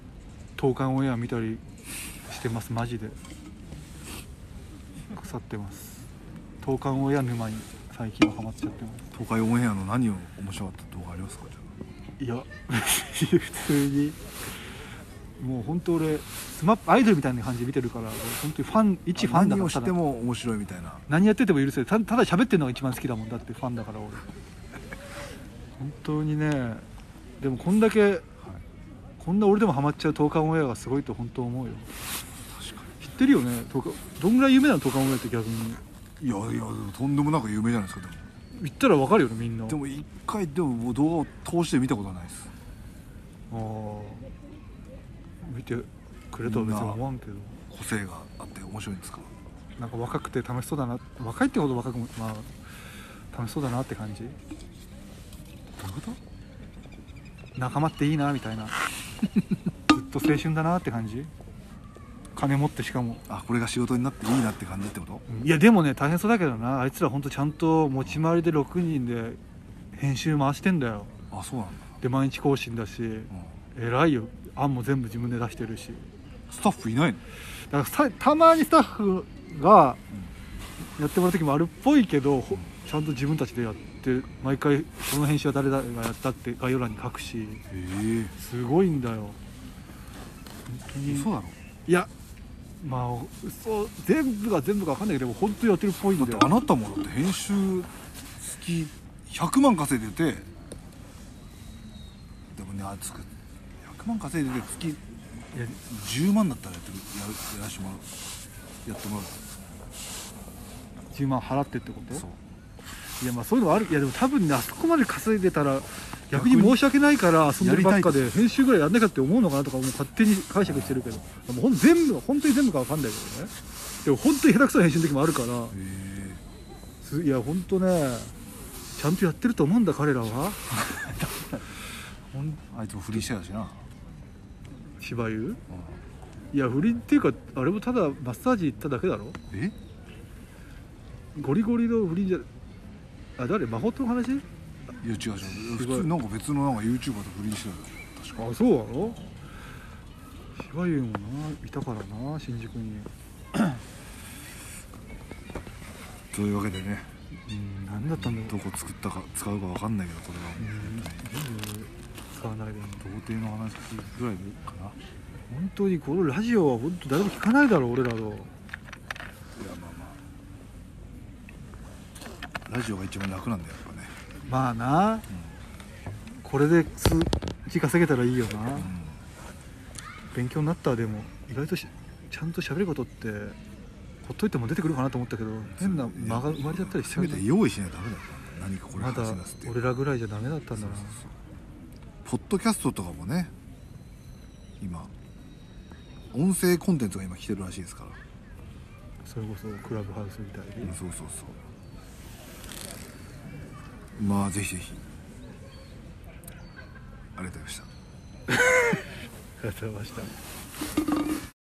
Speaker 2: 東海オンエア見たりしてますマジで腐ってます東海オンエア沼に最近はハマっちゃってま
Speaker 1: 東海オンエアの何を面白かった動画ありますかじゃ
Speaker 2: すいや [LAUGHS] 普通にもう本当俺スマップアイドルみたいな感じで見てるから俺本当にファン一フ
Speaker 1: あ
Speaker 2: ァンだ
Speaker 1: 何
Speaker 2: か
Speaker 1: を
Speaker 2: ら
Speaker 1: して
Speaker 2: ただ
Speaker 1: も面白いみたいな
Speaker 2: 何やってても許せるたただ喋ってるのが一番好きだもんだってファンだから俺本当にねでもこんだけ、こんな俺でもハマっちゃう東海オンエアがすごいと本当思うよ
Speaker 1: 確か
Speaker 2: 知ってるよね東海どんぐらい有名なの東海オンエアって逆に
Speaker 1: にいやいやでもとんでもなく有名じゃないですかでも
Speaker 2: 言ったらわかるよねみんな
Speaker 1: でも一回でももう動画を通して見たことはないです
Speaker 2: ああ見てくれとは別に思わんけど
Speaker 1: 個性があって面白いんですか
Speaker 2: なんか若くて楽しそうだな若いってほど若くもまあ楽しそうだなって感じ
Speaker 1: どういうこと
Speaker 2: 仲間っていいなみたいなずっと青春だなって感じ金持ってしかも
Speaker 1: あこれが仕事になっていいなって感じってこと
Speaker 2: いやでもね大変そうだけどなあいつらほんとちゃんと持ち回りで6人で編集回してんだよ
Speaker 1: あそうなんだ
Speaker 2: で毎日更新だし偉いよ案も全部自分で出してるし
Speaker 1: スタッフいないの
Speaker 2: だからさたまにスタッフがやってもらう時もあるっぽいけどほちゃんと自分たちでやって毎回この編集は誰々がやったって概要欄に書くし
Speaker 1: え
Speaker 2: すごいんだよ本当
Speaker 1: え
Speaker 2: に
Speaker 1: 嘘だろ
Speaker 2: いやまあ嘘全部が全部か分かんないけど本当やってるっぽいんだ
Speaker 1: だ
Speaker 2: よ
Speaker 1: ってあなたもだって編集月100万稼いでてでもねあつく100万稼いでて月
Speaker 2: いや
Speaker 1: 10万だったらやってるやるやらしてもらうやってもらう
Speaker 2: 10万払ってってこと
Speaker 1: そう
Speaker 2: いやまあそういうのはあるいやでも多分ねあそこまで稼いでたら逆に申し訳ないから遊んでるばっかで編集ぐらいやんなきゃって思うのかなとかもう勝手に解釈してるけどでもほん全部本当に全部か分かんないけどねでも本当に下手くそな編集の時もあるから
Speaker 1: へえ
Speaker 2: すいや本当ねちゃんとやってると思うんだ彼らはほん
Speaker 1: あいつもフリーしてたしな、
Speaker 2: 芝居
Speaker 1: う
Speaker 2: いや不倫っていうかあれもただマッサージ行っただけだろ
Speaker 1: ん、え
Speaker 2: ゴリゴリの不倫じゃあ誰魔法との話
Speaker 1: いや違う違う普通なんか別のなんか YouTuber と不倫してたよ確か
Speaker 2: あそうなの芝居もないたからな新宿に
Speaker 1: というわけでね
Speaker 2: うん何だったんだ
Speaker 1: ど
Speaker 2: ろう
Speaker 1: こ作ったか使うかわかんないけどこれは
Speaker 2: うん全部使わないで
Speaker 1: 童貞の話ぐらいかな
Speaker 2: 本当にこのラジオは本当誰も聞かないだろう俺らの
Speaker 1: いやまあまあラジオが一番楽なんだよやっぱね
Speaker 2: まあな、これで数字稼げたらいいよな、勉強になったでも意外としちゃんと喋ることってほっといても出てくるかなと思ったけど変な間が生まれちゃったりしち
Speaker 1: せ
Speaker 2: ゃう
Speaker 1: め
Speaker 2: と
Speaker 1: て用意しないとダメだよ何かこれ
Speaker 2: まだ
Speaker 1: 話し出すっていう
Speaker 2: 俺らぐらいじゃダメだったんだな
Speaker 1: そうそうポッドキャストとかもね今音声コンテンツが今来てるらしいですから、
Speaker 2: それこそクラブハウスみたいに、
Speaker 1: そうそうそうまあぜひぜひありがとうございました
Speaker 2: ありがとうございました